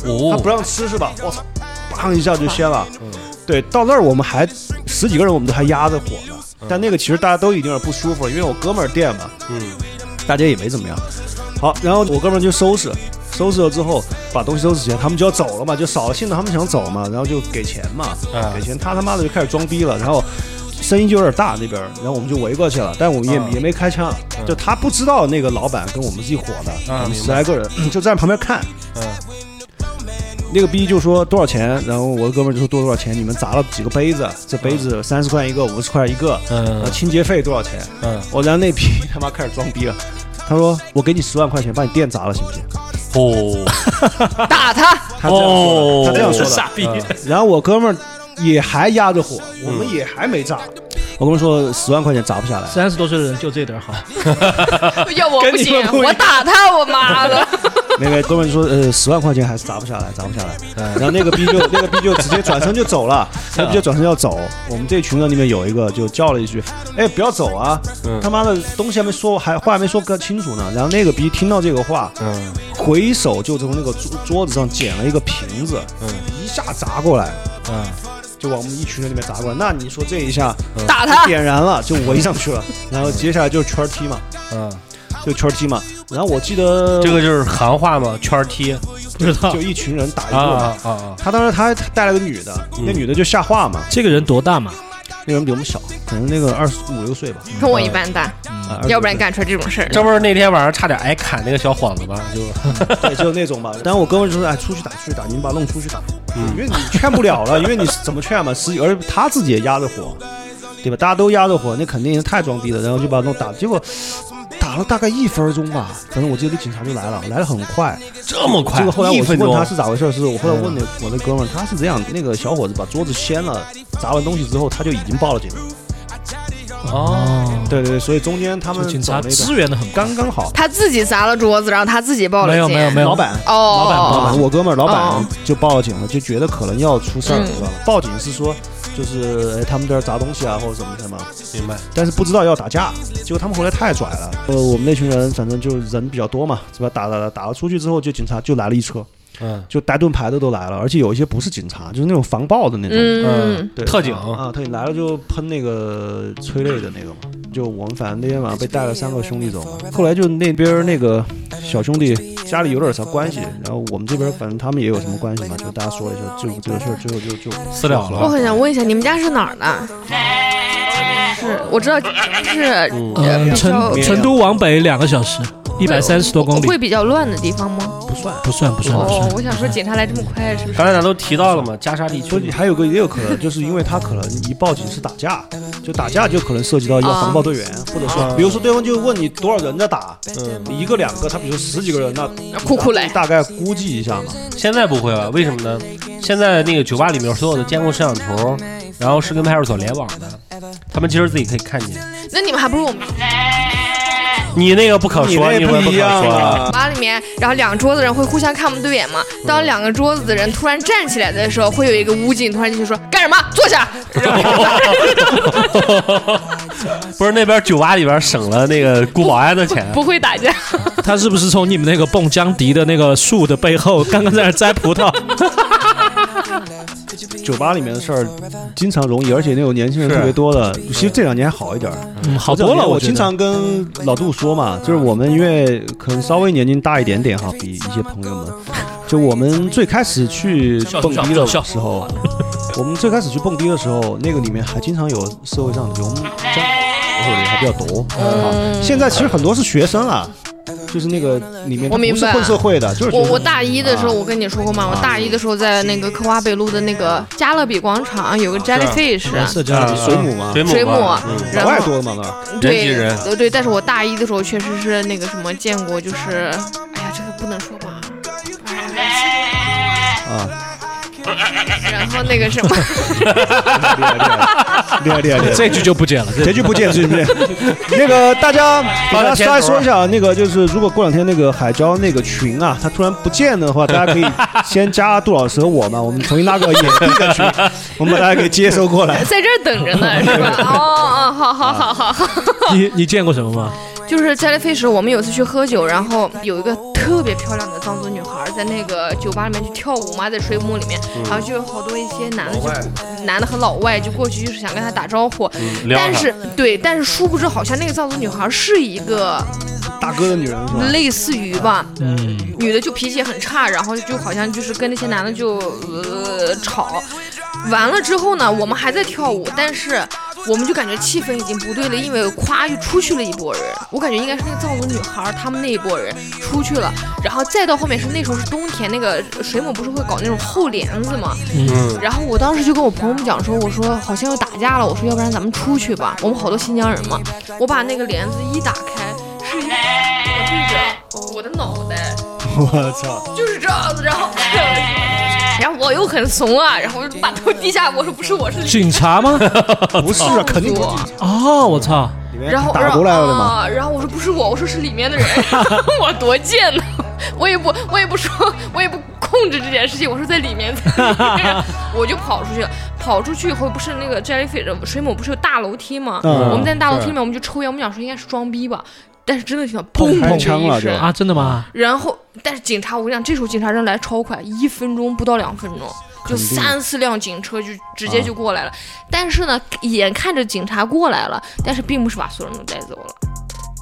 他
哦
不让吃是吧？我操，砰一下就掀了。对，到那儿我们还十几个人，我们都还压着火呢。但那个其实大家都已经有点不舒服了，因为我哥们儿店嘛，
嗯
大家也没怎么样。好，然后我哥们儿就收拾，收拾了之后把东西收拾起来，他们就要走了嘛，就扫兴了，他们想走嘛，然后就给钱嘛，
嗯
给钱，他他妈的就开始装逼了，然后。声音就有点大那边儿，然后我们就围过去了，但我们也、
嗯
也没开枪，就他不知道那个老板跟我们是一伙的，
嗯
我们
明白
十来个人就站旁边看，
嗯
那个逼就说多少钱，然后我的哥们儿就说多多少钱，你们砸了几个杯子，这杯子三十块一个，五十块一个，呃，
嗯
清洁费多少钱？
嗯，
我然后那逼他妈开始装逼了，他说我给你十万块钱把你店砸了行不行？
哦
打他。
他这样说的，他这嗯样 说
傻
的。
逼。
然后我哥们儿也还压着火，我们也还没炸，嗯我哥们儿说十万块钱砸不 下来。
三十多岁的人就这点儿好，
要我
跟
不
你
行
们，不一
我
样
打他，我妈的！
那个哥们说，呃，十万块钱还是砸不下来，砸不下来。然后那个逼就 那个逼就直接转身就走了，那逼就转身要走。我们这群人里面有一个就叫了一句，哎，不要走啊！他妈的东西还没说，还话还没说个清楚呢。然后那个逼听到这个话，
嗯
回手就从那个桌桌子上捡了一个瓶子，
嗯
一下砸过来，
嗯，
就往我们一群人里面砸过来。那你说这一下
打啊 他，
点燃了，就围上去了。然后接下来就是圈踢嘛，
嗯，
就圈踢嘛。然后我记得
这个就是行话嘛，圈儿踢
不知道
就一群人打一
啊
个嘛。
啊啊啊！
他当时他他带了个女的，那
嗯
女的就吓话嘛，
这个人多大嘛？
那人比我们小，可能那个二十五六岁吧，
嗯
跟我一般大，
啊
要不然干出来这种事儿。
这不是那天晚上差点挨砍那个小伙子吗？就
25对，就那种吧。但是我哥们就说，哎，出去打，出去打，你们把他弄出去打，
嗯
因为你劝不了了，因为你怎么劝嘛，十几，而且他自己也压着火，对吧？大家都压着火，那肯定是太装逼了，然后就把他弄打，结果。打了大概一分钟吧，反正我记得警察就来了，来的很快。
这么快，
这个后来
一
我是
分钟
问他是咋回事，是我后来问那我那哥们儿，他是这样，那个小伙子把桌子掀了，砸完东西之后，他就已经报了警了。
哦，
对对对，所以中间他们
警察
走那个
支援的很
刚刚好。
他自己砸了桌子，然后他自己报
没
了警。
有没有没有，
老板，
哦，
老板，我哥们儿老板
哦
就报了警了，就觉得可能要出事儿，
嗯
知道吧？报警是说，就是哎他们在这儿砸东西啊，或者怎么的嘛，
明白，
但是不知道要打架，结果他们回来太拽了。呃，我们那群人反正就人比较多嘛，是吧？打打打打了出去之后，就警察就来了一车，
嗯，
就带盾牌的都来了，而且有一些不是警察，就是那种防暴的那种。
嗯，
对
特警
啊，啊特警来了就喷那个催泪的那个嘛，就我们反正那天晚上被带了三个兄弟走嘛，后来就那边儿那个小兄弟家里有点啥关系，然后我们这边儿反正他们也有什么关系嘛，就大家说了一下，就这个事儿最后就就
私了
我
了，
很想问一下，你们家是哪儿的？是，我知道，就是呃
呃，
比较
成成都往北两个小时，一百三十多公
会
里，
比较乱的地方吗？
不算。
不算不算不
哦
算，。
我想说，警察来这么快，是不是？
刚才咱都提到了嘛，加沙地
所
区
以，还有个也有可能，就是因为他可能一报警是打架，就打架就可能涉及到要防暴队员，
哦
或者
啊
说，比如说对方就问你多少人在打，一个两个，他比如说十几个人，那
嗯酷酷嘞
大概估计一下嘛。
现在不会了，为什么呢？现在那个酒吧里面所有的监控摄像头，然后是跟派出所联网的，他们其实自己可以看见。
那你们还不如我们
你那个不可
你
说，
那
你们
不
不
一
可
样
说啊。
啊，
吧里面，然后两桌子人会互相看不对眼嘛。当两个桌子的人突然站起来的时候，会有一个武警突然进去说：“干什么？坐下！” 然后
啊
不是那边酒吧里边省了那个雇保安的钱，
不会打架。
他是不是从你们那个蹦江迪的那个树的背后，刚刚在那儿摘葡 萄？
酒吧里面的事儿经常容易，而且那种年轻人特别多的。其实这两年好一点儿，
嗯，好多
这两
了，
年我
觉得
经常跟老杜说嘛，就是我们因为可能稍微年龄大一点点哈，比一些朋友们，就我们最开始去蹦迪
笑笑
的
笑
时候，我们最开始去蹦迪的时候，那个里面还经常有社会上流氓，或者还比较多。啊现在其实很多是学生啊，就是那个里面
我明
不是
白
混社会的，就 是
我
学生
我大一的时候，我跟你说过嘛，我大一的时候在那个科华北路的那个加勒比广场有个 Jellyfish，
社交的地方
水母嘛，
啊水母吧，
水母
嗯
然
太
后
多了嘛那儿。
人挤
对
人
呃对，但是我大一的时候确实是那个什么见过，就是哎呀，这个不能说吧。啊， 然后那个什么，
厉害厉害厉害！
这句就不剪了，这
结局不见，结局不见。那个大家，给
发
大家
个片
稍微
头
说一下，那个就是如果过两天那个海椒那个群啊，它突然不见的话，大家可以先加杜老师和我嘛，我们重新拉个野地的群，我们把大家给接收过来。
在这儿等着呢，是吧？哦哦，好好好好好。
你你见过什么吗？
就是 Jellyfish，我们有一次去喝酒，然后有一个特别漂亮的藏族女孩在那个酒吧里面去跳舞嘛，在水母里面，
嗯
然后就有好多一些男的就男的和老外就过去就是想跟她打招呼，
撩
但
她
是对，但是殊不知好像那个藏族女孩是一个
大哥的女人是吧？
类似于吧，
嗯，
女的就脾气很差，然后就好像就是跟那些男的就呃吵。完了之后呢，我们还在跳舞，但是我们就感觉气氛已经不对了，因为咵又出去了一拨人，我感觉应该是那个藏族女孩儿她们那一拨人出去了，然后再到后面是那时候是冬天，那个水母不是会搞那种厚帘子吗？
嗯，
然后我当时就跟我朋友们讲说，我说好像要打架了，我说要不然咱们出去吧，我们好多新疆人嘛。我把那个帘子一打开，是一个对着我的脑袋，
我操！
就是这样子，然后。然后我又很怂啊，然后我就把头低下，我说不是我是
警察吗？
不是啊，肯定不是警
哦，我操！
察里面
然后
哎打过来了的嘛。
啊，然后我说不是我，我说是里面的人，我多贱呢！我也不我也不说，我也不控制这件事情，我说在里面，在里 面我就跑出去了。跑出去以后，不是那个 Jellyfish 呃水母不是有大楼梯吗？
嗯
我们在大楼梯里面，我们就抽烟，我们想说应该是装逼吧，但是真的听到砰
开
砰
枪
的
了
一声
就。
啊，真的吗？
然后，但是警察，我跟你讲，这时候警察人来超快，一分钟不到两分钟，就三四辆警车就直接就过来了。但是呢，眼看着警察过来了，但是并不是把所有人都带走了，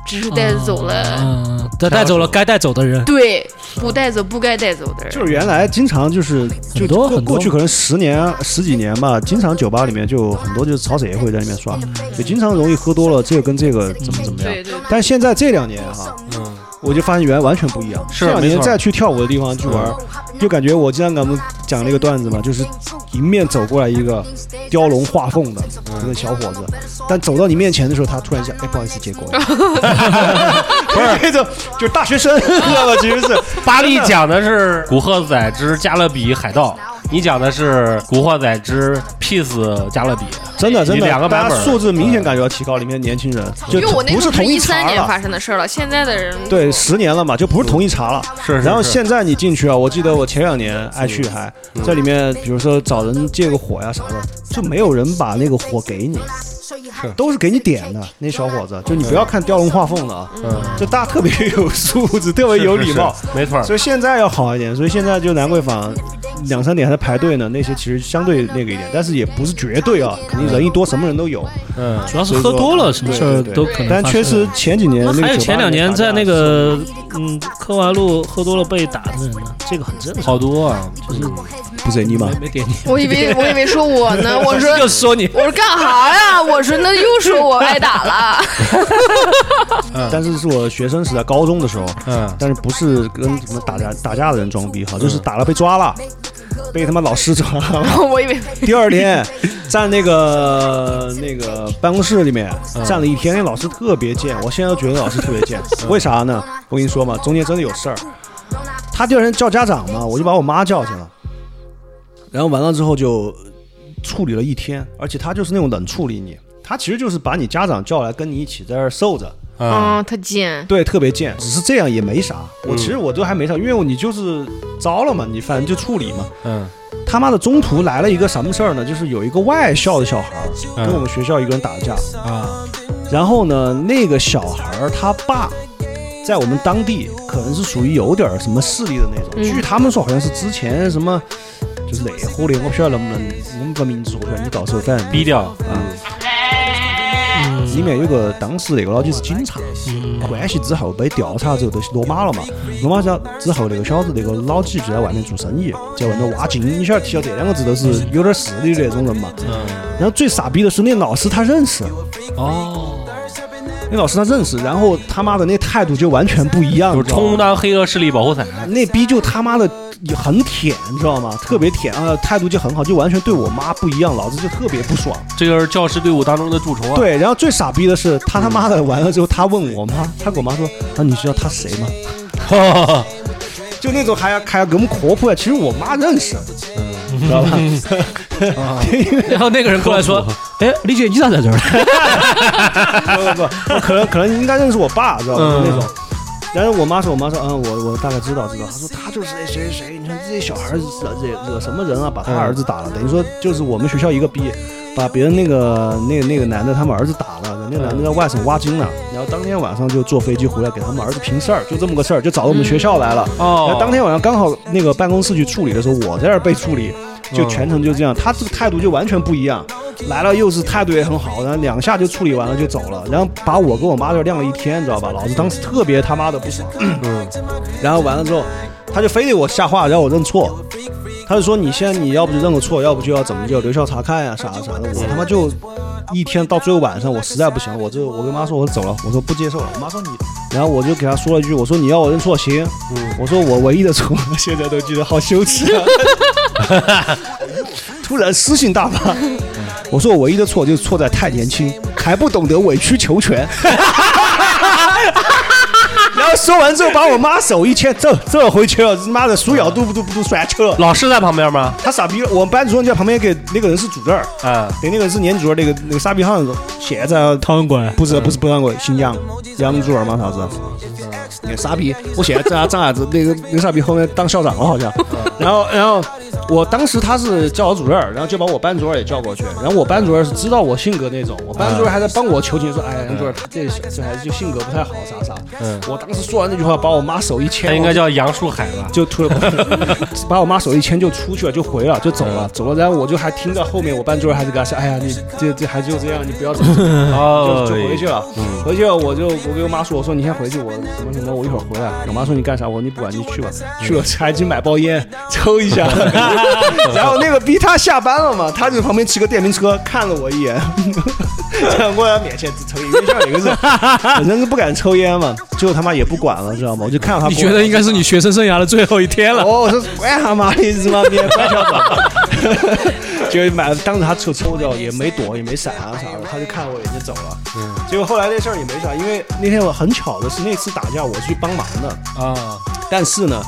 只是带走了、
哦
嗯，带带走了该带走的人。
对，不带走不该带走的人。
就是原来经常就是就
很多
过
很多
过去可能十年十几年吧，经常酒吧里面就有很多就是草水也会在那边耍，就经常容易喝多了，这个跟这个怎么怎么样。
对对对
但现在这两年哈，
嗯，
我就发现原来完全不一样。
是
这两
没
年
错
再去跳舞的地方去玩，就感觉我经常给他们讲那个段子嘛，就是迎面走过来一个雕龙画凤的
嗯
一个小伙子，但走到你面前的时候，他突然一下，哎，不好意思，结果了，不是那种 就是大学生，知道吧？其实是
巴力讲的是《古惑仔之加勒比海盗》，你讲的是《古惑仔之 Peace 加勒比》。
真的真
你
的，
两个版
大家
本嗯
素质明显感觉到提高，里面年轻人就
因为我那
不
时候
同
一
茬
三年
了。
发生的事儿了，现在的人
对，十年了嘛，就不是同一茬了。
是是
然后
是
现在你进去啊，我记得我前两年爱去还
嗯
在里面，比如说找人借个火呀啥的，就没有人把那个火给你，都是给你点的。那小伙子，就你不要看雕龙画凤的啊，就大家特别有素质，特别有礼貌。
嗯是，是是嗯没错儿。
所以现在要好一点，所以现在就兰桂坊两三点还在排队呢，那些其实相对那个一点，但是也不是绝对啊，肯定人一多什么人都有。
嗯，
主要是喝多了，什么事儿
对对对
呃都可能发生。
但确实前几年那个
还有
酒吧
前两
里面
年
打
在
架
那个嗯科华路喝多了被打的人呢，这个很正常。
好多啊，
就是
不是你吗？
没没点你，
我以 为我以为说我 呢，我 说
就说你
我说干啥呀？我说那又说我挨打 了，
但是是我学生时代高中的时候，
嗯，
但是不是跟什么打架打架的人装逼哈，就是打了被抓了，被他妈老师抓 了。
我以为
第二天站那个那个办公室里面站了一天，那老师特别贱，我现在都觉得老师特别贱，为啥呢？我跟你说嘛，中间真的有事儿。他第二天叫家长嘛，我就把我妈叫去了，然后完了之后就处理了一天，而且他就是那种冷处理你，他其实就是把你家长叫来跟你一起在这儿受着。
啊，
嗯，他贱，
对，特别贱，嗯只是这样也没啥。我其实我都还没啥，因为我你就是招了嘛，你反正就处理嘛。
嗯，
他妈的，中途来了一个什么事儿呢？就是有一个外校的小孩儿
嗯
跟我们学校一个人打架，
啊，
然后呢，那个小孩儿他爸在我们当地可能是属于有点儿什么势力的那种。
嗯
据他们说，好像是之前什么。就是哪户的，我不晓得能不能弄个名字说出来，你到时候反正
逼掉，
里面有个当时那个老几是警察，
嗯
关系之后被调查之后都落马了嘛，落马之之后那个小子那个老几就在外面做生意，在外面挖金，你晓得提到这两个字都是有点势力的那种人嘛。
嗯
然后最傻逼的是那老师他认识，
哦，
那老师他认识，然后他妈的那态度就完全不一样，
就是
你知道吗
充当黑恶势力保护伞。
那逼就他妈的很舔，你知道吗？特别舔啊，态度就很好，就完全对我妈不一样，老子就特别不爽。
这个是教师队伍当中的蛀虫啊。，
对，然后最傻逼的是，他他妈的完了之后，他问我妈，他跟我妈说：“啊，你知道他谁吗？”就那种还要还要给我们科普啊，其实我妈认识，嗯，知道吧？
然后那个人过来说：“哎，李姐，你咋在这儿？
不不不，我可能可能应该认识我爸，知道吧？就那种。然后我妈说，我妈说，嗯，我我大概知道知道。她说他就是谁谁谁，你看这些小孩惹惹惹什么人啊，把他儿子打了，等于说就是我们学校一个逼，把别人那个那那个男的他们儿子打了，那个男的在外省挖金呢，然后当天晚上就坐飞机回来给他们儿子平事儿，就这么个事儿，就找到我们学校来了。然
哦
后，当天晚上刚好那个办公室去处理的时候，我在这儿被处理，就全程就这样，他这个态度就完全不一样。来了又是态度也很好，然后两下就处理完了就走了，然后把我跟我妈这儿晾了一天，你知道吧？老子当时特别他妈的不爽，然后完了之后，他就非得我下话让我认错，他就说你现在你要不就认个错，要不就要怎么就留校查看呀、啥啥的。我他妈就一天到最后晚上，我实在不行，我就我跟妈说我走了，我说不接受了。我妈说你，然后我就给她说了一句，我说你要我认错行，我说我唯一的错， 现在都记得好羞耻啊。突然私信大发，我说我唯一的错就是错在太年轻，还不懂得委曲求全。 然后说完之后，把我妈手一牵，这这回去了，妈的鼠咬嘟不嘟不嘟甩车了。
老师在旁边吗？
他傻逼，我们班主任在旁边给那个人是主任儿，
嗯，
给那个人是年主任，那个那个傻逼汉子，现在
汤圆馆
不是不是不让过新疆杨主任吗？啥子？那傻逼，我写张张傻子，那个那个傻逼后面当校长了好像，
啊
然后然后我当时他是教导主任，然后就把我班主任也叫过去，然后我班主任是知道我性格那种，我班主任还在帮我求情说，哎呀，杨主任他这这孩子就性格不太好啥啥，我当时说完那句话，把我妈手一牵，
嗯他应该叫杨树海吧？
就突然 把我妈手一牵就出去了，就回了，就走
嗯
了，走了。然后我就还听到后面我班主任还是跟他说：“哎呀，你这这孩子就这样，你不要走。”
哦
就就回去
哦
了。回去了我就我给我妈说：“我说你先回去，我什么什么，我一会儿回来。”我妈说：“你干啥？”我说：“你不管，你去吧。”
嗯
去了 还去买包烟抽一 下。 然后那个逼他下班了嘛，他就旁边骑个电瓶车看了我一眼， 想过来面前只抽一个笑一个是，本身是不敢抽烟嘛，最后他妈也不管了，知道吗？我就看到他
你
不
觉得应该是你学生生涯的最后一天了。
哦，我说哎呀妈的，他妈面快笑死了。就买，当时他抽抽掉，也没躲，也没闪啊啥的，他就看我眼睛走了。嗯，结果后来那事儿也没啥，因为那天我很巧的是，那次打架我去帮忙的，
啊，
但是呢，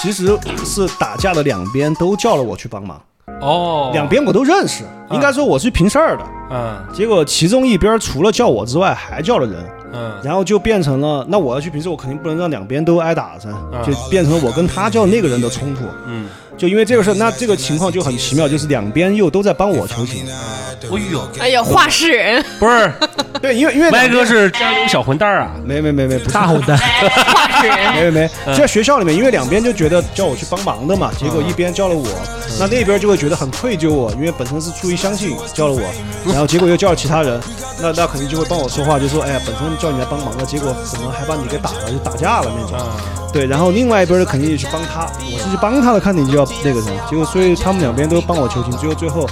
其实是打架的两边都叫了我去帮忙，
哦，
两，边我都认识，应该说我是平事儿的。
嗯
结果其中一边除了叫我之外，还叫了人，
嗯，
然后就变成了，那我要去平时我肯定不能让两边都挨打噻，就变成了我跟他叫那个人的冲突。
嗯，
就因为这个事儿，那这个情况就很奇妙，就是两边又都在帮我求情。
哎呦，
哎呀，话事人，
不是，
对，因为因为
歪哥是江阴小混蛋儿啊，
没没没没不是
大混蛋，
话事 人，
没没没，就在学校里面，因为两边就觉得叫我去帮忙的嘛，结果一边叫了我，那那边就会觉得很愧疚我，因为本身是出于相信叫了我，然后结果又叫了其他人，那那肯定就会帮我说话，就说哎呀，本身叫你来帮忙的，结果怎么还把你给打了，就打架了那种。对，然后另外一边的肯定也去帮他，我是去帮他的，看你就要那个什么，结果所以他们两边都帮我求情，最后最后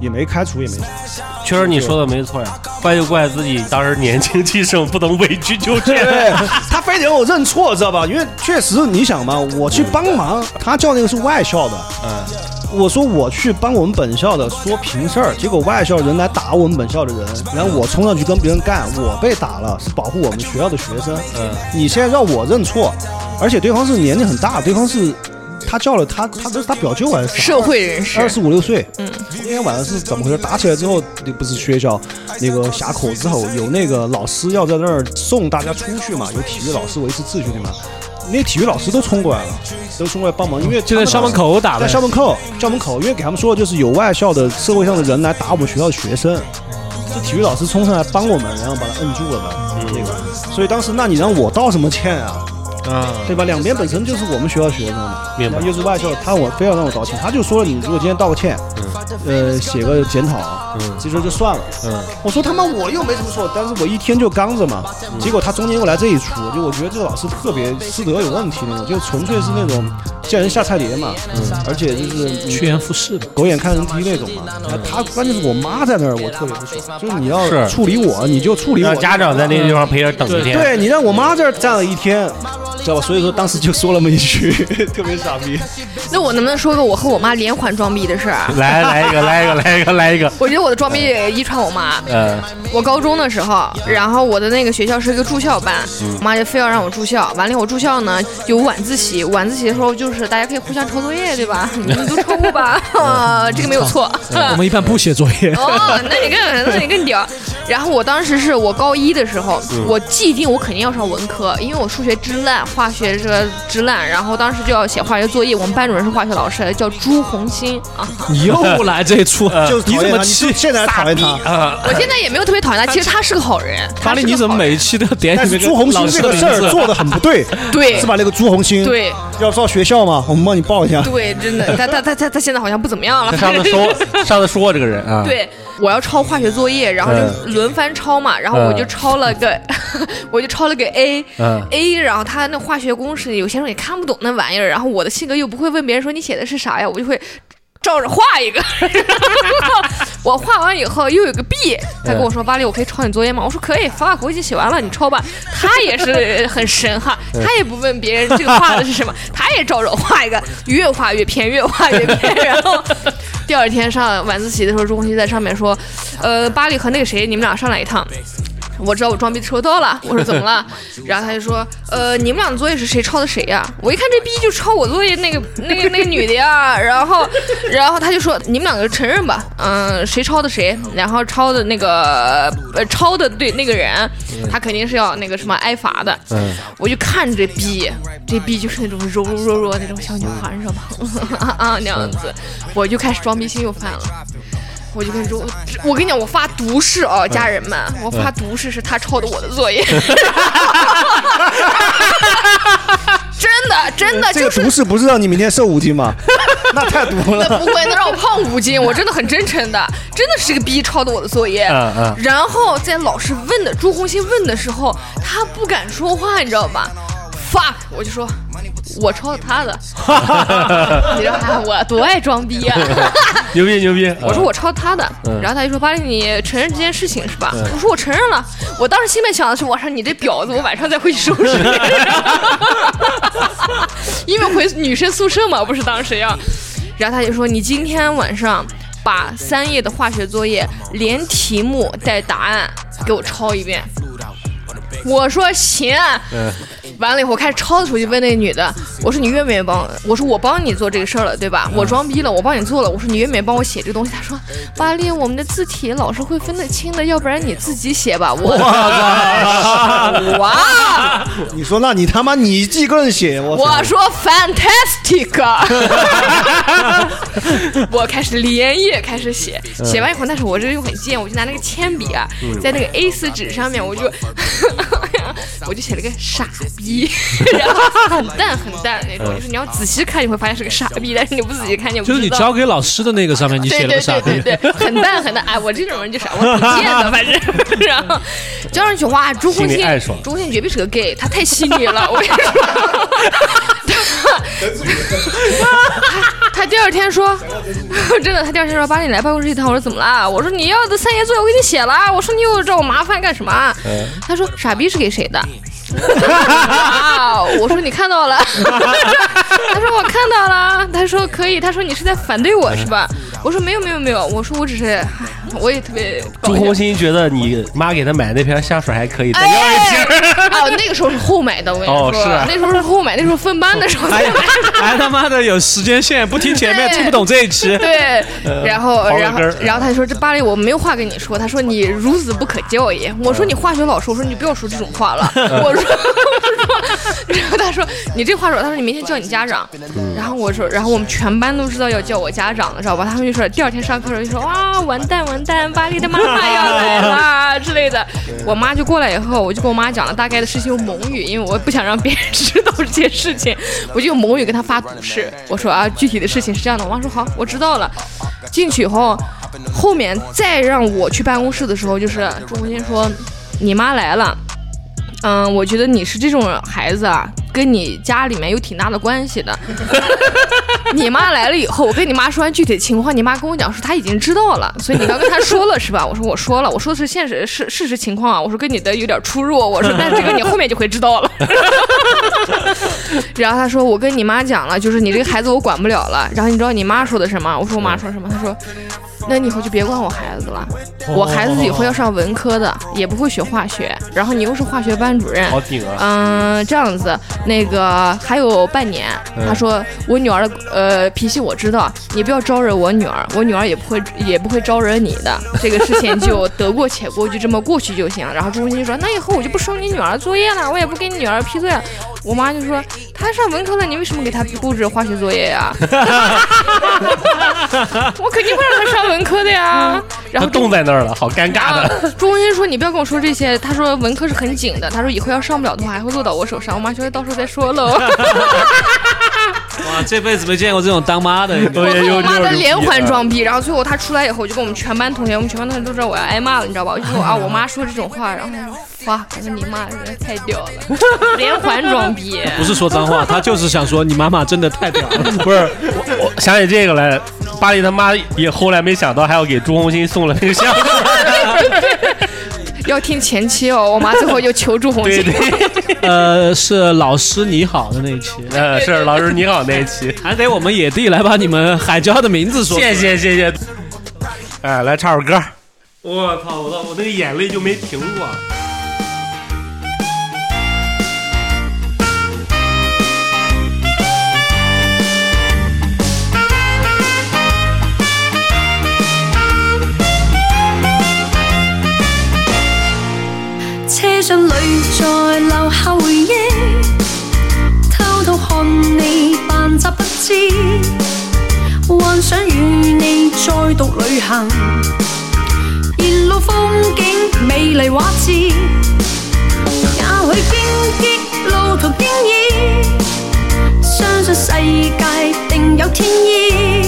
也没开除也没啥。
确实你说的没错呀，怪就怪自己当时年轻气盛，不能委曲求全。
对，他非得让我认错，知道吧？因为确实，你想嘛，我去帮忙，他叫那个是外校的，
嗯，
我说我去帮我们本校的说平事儿，结果外校人来打我们本校的人，然后我冲上去跟别人干，我被打了，是保护我们学校的学生。
嗯，
你现在让我认错，而且对方是年龄很大，对方是。他叫了他，他这是他表舅还是谁
社会人士
二，十五六岁，嗯，那天晚上是怎么回事？打起来之后，那不是学校那个峡口之后有那个老师要在那儿送大家出去嘛，有体育老师维持秩序的嘛，那体育老师都冲过来了，都冲过来帮忙，因为
就在校门口打
在
的。
校门口，校门口，因为给他们说的就是有外校的社会上的人来打我们学校的学生，这体育老师冲上来帮我们，然后把他摁住了嘛，那个，所以当时那你让我道什么歉啊？
啊，
对吧？两边本身就是我们学校学生嘛，
明白
然后又是外校，他我非要让我道歉，他就说了，你如果今天道个歉，呃，写个检讨，其实就算了。
嗯，
我说他妈我又没什么错，但是我一天就刚着嘛，
嗯
结果他中间又来这一出，就我觉得这个老师特别师德有问题那种，就纯粹是那种见人下菜碟嘛，
嗯
而且就是你
趋炎附势的，
狗眼看人低那种嘛。他关键是我妈在那儿，我特别不爽，就是你要
嗯是
处理我，你就处理我
让，家长在那个地方陪着等一天。
对你让我妈这儿站了一天，哎知道吧？所以说当时就说了那么一句， 特别傻逼。
那我能不能说个我和我妈连环装逼的事儿啊？
来来一个，来一个，来一个，来一个。
我觉得我的装逼遗传我妈，
嗯
我高中的时候，然后我的那个学校是一个住校班，我妈就非要让我住校。完了以后，我住校呢有晚自习，晚自习的时候就是大家可以互相抄作业，对吧？你们都抄过吧？啊， 这个没有错。
我们一般不写作 业。
哦，那你更那你更屌。然后我当时是我高一的时候，我既定我肯定要上文科，因为我数学之烂，化学这个之烂。然后当时就要写化学作业，我们班主任是化学老师，叫朱红心啊。
你又来这一出，
就是
你怎
呃讨厌
么
他，你
气
就？现在讨厌他。
啊，
我现在也没有特别讨厌他，其实他是个好人。
法力，你怎么每一期都要点
但
你
是
那个
朱红
老
星
师
这
的
个
名
事儿
字？
做的很不 对，
对
是吧？那个朱红星
对
要报学校嘛，我们帮你报一下。
对，真的，他他他他他现在好像不怎么样了。
他上次说，上次说过这个人啊，
对，我要抄化学作业，然后就
嗯
轮番抄嘛，然后我就
嗯
抄了个， 我就抄了个 A，A，、
嗯
A，然后他那化学公式有些时候也看不懂那玩意儿，然后我的性格又不会问别人说你写的是啥呀，我就会。照着画一个，我画完以后又有个 B，他跟我说：“巴黎，我可以抄你作业吗？”我说：“可以，fuck，我已经写完了，你抄吧。”他也是很神哈，他也不问别人这个画的是什么，他也照着画一个，越画越偏，越画越偏。然后第二天上晚自习的时候，钟红熙在上面说：“呃，巴黎和那个谁，你们俩上来一趟。”我知道我装逼抽到了，我说怎么了？然后他就说，呃，你们俩的作业是谁抄的谁呀、我一看这逼就抄我作业那个那个那个女的呀， 然后然后他就说你们两个承认吧，嗯、谁抄的谁，然后抄的那个呃抄的对那个人，他肯定是要那个什么挨罚的。
嗯，
我就看着这逼，这逼就是那种柔柔弱弱那种小女孩，你知道吗？ 啊啊那样子，我就开始装逼心又犯了。我就跟你说，我我跟你讲，我发毒誓哦，家人们，我发毒誓是他抄的我的作业，真的真的
哎这
就
个
是
毒誓不是让你明天瘦五斤吗？那太毒了。
那不会，能让我胖五斤，我真的很真诚的，真的是这个逼抄的我的作业。
嗯嗯
然后在老师问的朱红心问的时候，他不敢说话，你知道吧？fuck，我就说，我抄的他的，你知道哎我多爱装逼啊！
牛逼牛逼！
我说我抄他的，然后他就说：“巴力，你呃承认这件事情是吧？”我说：“我承认了。”我当时心里面想的是：“我说你这婊子，我晚上再回去收拾。”因为回女生宿舍嘛，不是当时要。然后他就说：“你今天晚上把三页的化学作业连题目带答案给我抄一遍。”我说行，啊完了以后我开始抄的时候就问那个女的，我说你愿不愿意帮我？我说我帮你做这个事儿了，对吧？我装逼了，我帮你做了。我说你愿不愿意帮我写这个东西？她说巴力，我们的字体老师会分得清的，要不然你自己写吧。我 哇，
你说那你他妈你自己个人写，我操
我说 fantastic，我开始连夜开始写，写完以后，但是我这个又很贱，我就拿那个铅笔啊，在那个 A 4纸上面，我就 我就写了个傻逼， 然后很淡很淡那种，就是你要仔细看你会发现是个傻逼，但是你不仔细看你也不
就是你
知道
交。给老师的那个上面，你
对
写了
对
个傻
对
逼。
对对，很淡很淡。哎，我这种人就是我挺贱的， 反正然后交上去哇，朱红
心里
信
暗爽，
朱红信绝壁是个 gay，他太细腻了，我跟你说。 他他第二天说， 真的，他第二天说，把你来办公室一趟。我说怎么啦？我说你要的三爷作业我给你写了。啊我说你又找我麻烦干什么？啊
嗯
他说傻逼是给谁的？ 啊！我说你看到了， 他说我看到了，他说可以，他说你是在反对我是吧？我说没有没有没有，我说我只是，唉我也特别搞
朱
笑
红心觉得你妈给他买那瓶香水还可以，但要一
哎
瓶，
哦，那个时候是后买的，我跟你说，
哦是啊哎
那时候是后买，那时候分班的时候才买。
还他妈的有时间线，不听前面
对
听不懂这一期。
对，然后
刨了
然后
根儿
然后他就说这巴黎我没有话跟你说，他说你孺子不可教也。我
嗯
说你化学老师，我说你不要说这种话了。 我说我说，然后他说你这话说，他说你明天叫你家长。然后我说，然后我们全班都知道要叫我家长了，知道吧？他们就说第二天上课的时候就说哇完蛋完蛋，巴黎的妈妈要来 啦之类的。我妈就过来以后，我就跟我妈讲了大概的事情用蒙语，因为我不想让别人 知道这件事情，我就用蒙语跟她发毒誓，我说啊具体的事情是这样的。我妈说好，我知道了。进去以后，后面再让我去办公室的时候，就是朱红先说：“你妈来了。”嗯，我觉得你是这种孩子啊，跟你家里面有挺大的关系的。 你妈来了以后，我跟你妈说完具体情况，你妈跟我讲说她已经知道了，所以你刚跟她说了是吧？我说我说了，我说的是现实事事实情况啊，我说跟你的有点出入，我说但是这个你后面就会知道了。 然后她说我跟你妈讲了，就是你这个孩子我管不了了。然后你知道你妈说的什么？我说我妈说什么？她说。那你以后就别管我孩子了，我孩子以后要上文科的，也不会学化学，然后你又是化学班主任，
好顶啊！
嗯，这样子，那个还有半年，他说我女儿的呃脾气我知道，你不要招惹我女儿，我女儿也不会也不会招惹你的，这个事情就得过且过，就这么过去就行。然后朱红心说，那以后我就不收你女儿作业了，我也不给你女儿批作业。我妈就说，她上文科了，你为什么给她布置化学作业呀、我肯定会让她上文科的呀。然
他
后
冻在那儿了，好尴尬
啊
的。，
朱红心说：“你不要跟我说这些。”他说：“文科是很紧的。”他说：“以后要上不了的话，还会落到我手上。”我妈说：“到时候再说哦喽。
哇，这辈子没见过这种当妈的。”
我
也
和
哎有
我妈
这
在
种
连环装逼，然后最后她出来以后，我就跟我们全班同学，我们全班同学都知道我要哎挨骂了，你知道吧？我就说啊，我妈说这种话，然后她说哇，我说你妈真的太屌了，连环装逼。
不是说脏话，他就是想说你妈妈真的太屌了。
不是，我我想起这个来，巴黎他妈也后来没想到还要给朱红心送了瓶香水。
要听前期哦，我妈最后就求助红
对
心，
对，
呃，是老师你好的那一期，
呃，是老师你好那一期，
还得我们野地来把你们海椒的名字 说。
谢谢谢谢。哎，来唱首歌。我操！我操！我那个眼泪就没停过。
去到旅行，沿路风景美丽画次，也许荆棘路途惊异，相信世界定有天意。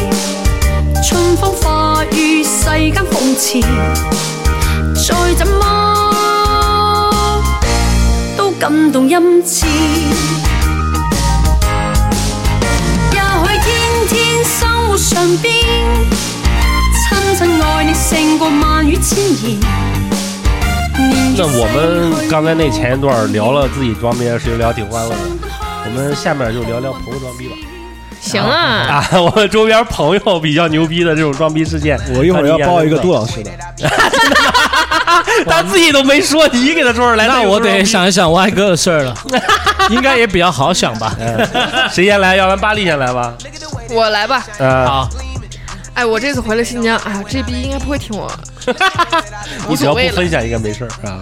春风化雨，世间讽刺，再怎么都感动恩赐。也许天天生活上边，亲亲爱你胜过万语千言。年月
那我
逝
们
去
刚才那前一段聊了自己装逼的事情，聊挺欢乐的。我们下面就聊聊朋友装逼吧。
行啊，
啊， 我们周边朋友比较牛逼的这种装逼事件，
我一会儿要报一个杜
多，
老师的，
他自己都没说，你给他说出来，
那
他有
我
时候
得
逼
想一想歪哥的事儿了，应该也比较好想吧。
呃
谁先来，要不然巴力先来吧。
我来吧。
呃，
好，
哎，我这次回了新疆，哎呀，这逼应该不会听我。
你
无
只要
所
不
谓了
分享应该没事儿啊。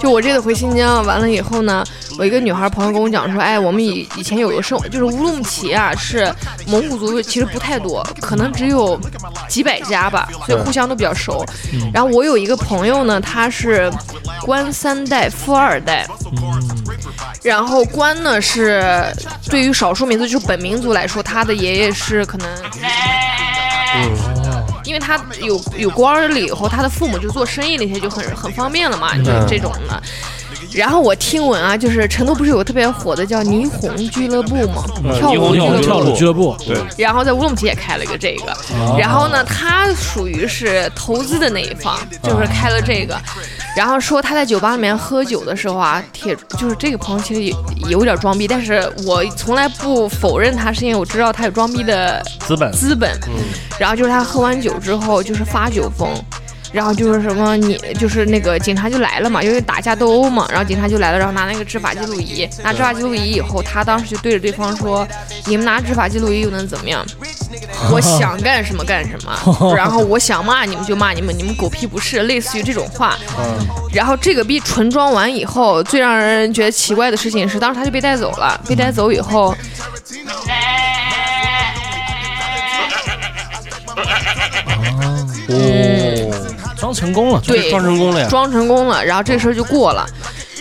就我这次回新疆完了以后呢，我一个女孩朋友跟我讲说，哎，我们以以前有个生，就是乌鲁木齐啊，是蒙古族其实不太多，可能只有几百家吧，所以互相都比较熟。然后我有一个朋友呢，他是官三代、富二代，然后官呢是对于少数民族，就是本民族来说，他的爷爷是可能。因为他有有官儿了以后，他的父母就做生意那些就很很方便了嘛，就是这种的。然后我听闻啊，就是成都不是有个特别火的叫霓虹俱乐部嘛，跳
霓虹
舞俱
跳舞
跳
乐部
俱乐，
舞俱乐部，
然后在乌鲁木齐也开了一个这个，然后呢，他属于是投资的那一方，就是开了这个，然后说他在酒吧里面喝酒的时候啊，铁就是这个朋友其实也有点装逼，但是我从来不否认他，是因为我知道他有装逼的
资本，
资本，然后就是他喝完酒之后就是发酒疯。然后就是什么你就是那个警察就来了嘛，因为打架斗殴嘛，然后警察就来了，然后拿那个执法记录仪，拿执法记录仪以后，他当时就对着对方说：“你们拿执法记录仪又能怎么样？我想干什么干什么，然后我想骂你们就骂你们，你们狗屁不是，类似于这种话。然后这个逼纯装完以后，最让人觉得奇怪的事情是，当时他就被带走了，被带走以后，
装成功了，
对，
装成功了呀。
装成功了，然后这事儿就过了。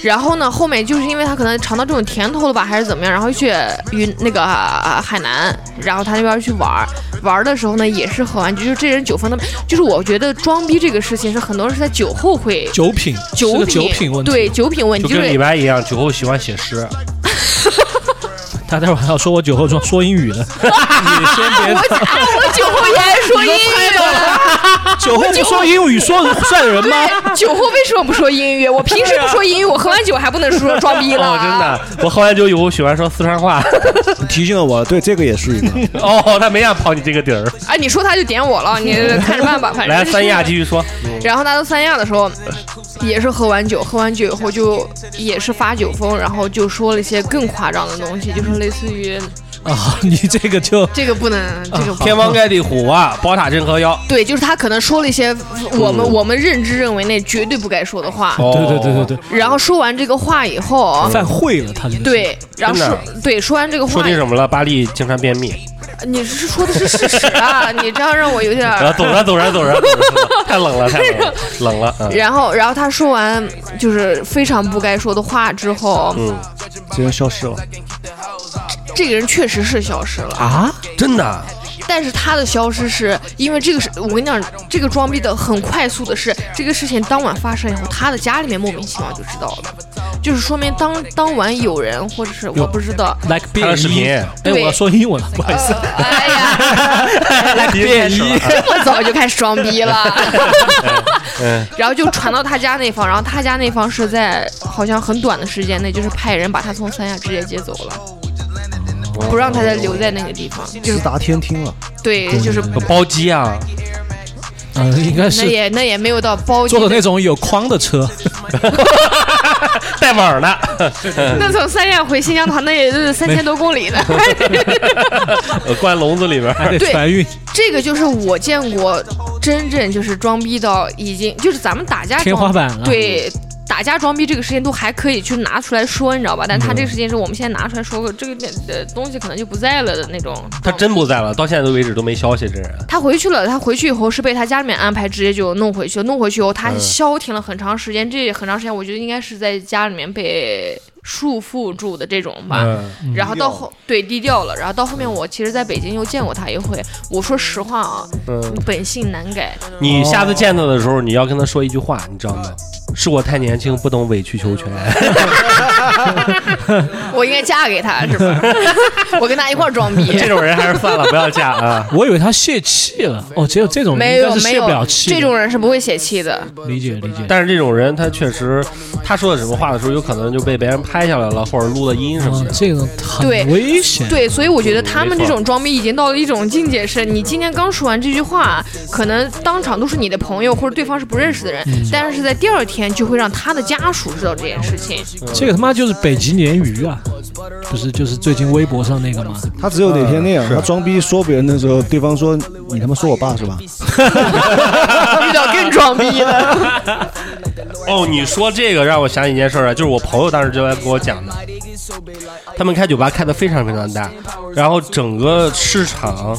然后呢，后面就是因为他可能尝到这种甜头了吧，还是怎么样，然后去云那个、啊海南，然后他那边去玩儿，玩儿的时候呢，也是喝完酒，就是这人酒疯，他们就是我觉得装逼这个事情是很多人是在酒后会
酒品，
酒
是
品
个酒品问题。
对，酒品问题，
就
就
跟李
是
白一样，酒后喜欢写诗，
他待会儿还要说我酒后装说英语呢，你先别。
啊我酒后也爱说英语，
酒后不说英语说算人吗？
对，酒后为什么不说英语？我平时不说英语，我喝完酒还不能说装逼了，
哦，真。的，我喝完酒以后喜欢说四川话。
你提醒了我，对这个也是一个。
哦，他没想跑你这个底儿。
哎，你说他就点我了，你看着办吧，反正
来，
哎就是
三亚继续说，
然后他到三亚的时候，也是喝完酒，喝完酒以后就也是发酒疯，然后就说了一些更夸张的东西，就是类似于
啊， 你这个就
这个不能，这个不能。
啊天王盖地虎啊，宝塔镇河妖。
对，就是他可能说了一些我
嗯
们、我们认知认为那绝对不该说的话。
哦
对对对对对，
然后说完这个话以后，
犯会了他这个。，
对，然后
真
说
的啊
对说完这个
哦说
话
你，什么了？巴力经常便秘，
你是说的是事实啊？你这样让我有点儿
然后啊走着走着走着，走着走着太冷了，太冷了，冷了。嗯
然后，然后他说完就是非常不该说的话之后，
嗯，
这人消失了，
这个人确实是消失了。
啊，真的，
但是他的消失是因为这个是，我跟你讲，这个装逼的很快速的是，这个事情当晚发生以后，他的家里面莫名其妙就知道了，就是说明当当晚有人或者是我不知道，
like
看了
变
视频
音。哎，我
对啊
要说英文了，不好意思。
哎呀，
哎
变异。
这 么早就开始装逼了，
嗯，
然后就传到他家那方，然后他家那方是在好像很短的时间内，就是派人把他从三亚直接接走了。不让他再留在那个地方，就是
是达天听了，
对，就是
包机啊，
嗯，应该
那
是
也那也没有到包机
坐的那种有框的车，
带网的，
那从三亚回新疆的话，那也就是三千多公里呢。
呃关笼子里边儿。
还得
对
船运。
这个就是我见过真正就是装逼到已经就是咱们打架
天
装
花板了
对。打架装逼这个事情都还可以去拿出来说，你知道吧？但
嗯
他这个事情是我们现在拿出来说，这个呃东西可能就不在了的那种。
他真不在了，到现在为止都没消息。这人
他回去了，他回去以后是被他家里面安排，直接就弄回去了。弄回去以
嗯
后，他消停了很长时间，这很长时间我觉得应该是在家里面被束缚住的这种吧。
嗯
然后到后对低调了，然后到后面我其实在北京又见过他一回。我说实话啊，
嗯，
本性难改，
你下
哦
次见他的时候，你要跟他说一句话，你知道吗？是我太年轻，不懂委曲求全。
我应该嫁给他是吧？ 我跟他一块儿装逼。
这种人还是算了，不要嫁 啊。
我以为他泄气了，哦，只有这种人
没
应该
有
是
没
泄不
有
了，气的。
这种人是不会泄气的。
理解理解，
但是这种人，他确实，他说的什么话的时候，有可能就被别人拍下来了，或者录了音什么
啊
的，。
这种很
对
危险。啊
对，所以我觉得他们
没
这
错
种装逼已经到了一种境界，是你今天刚说完这句话，可能当场都是你的朋友或者对方是不认识的人，但是在第二天就会让他的家属知道这件事情。
这个他妈就是北极鲶鱼啊，不是就是最近微博上那个吗？
他只有哪天那样，他装逼说别人的时候，对方说你他妈说我爸是吧？
遇到更装逼的，
哦，你说这个让我想起一件事儿来，就是我朋友当时就来跟我讲的，他们开酒吧开的非常非常大，然后整个市场，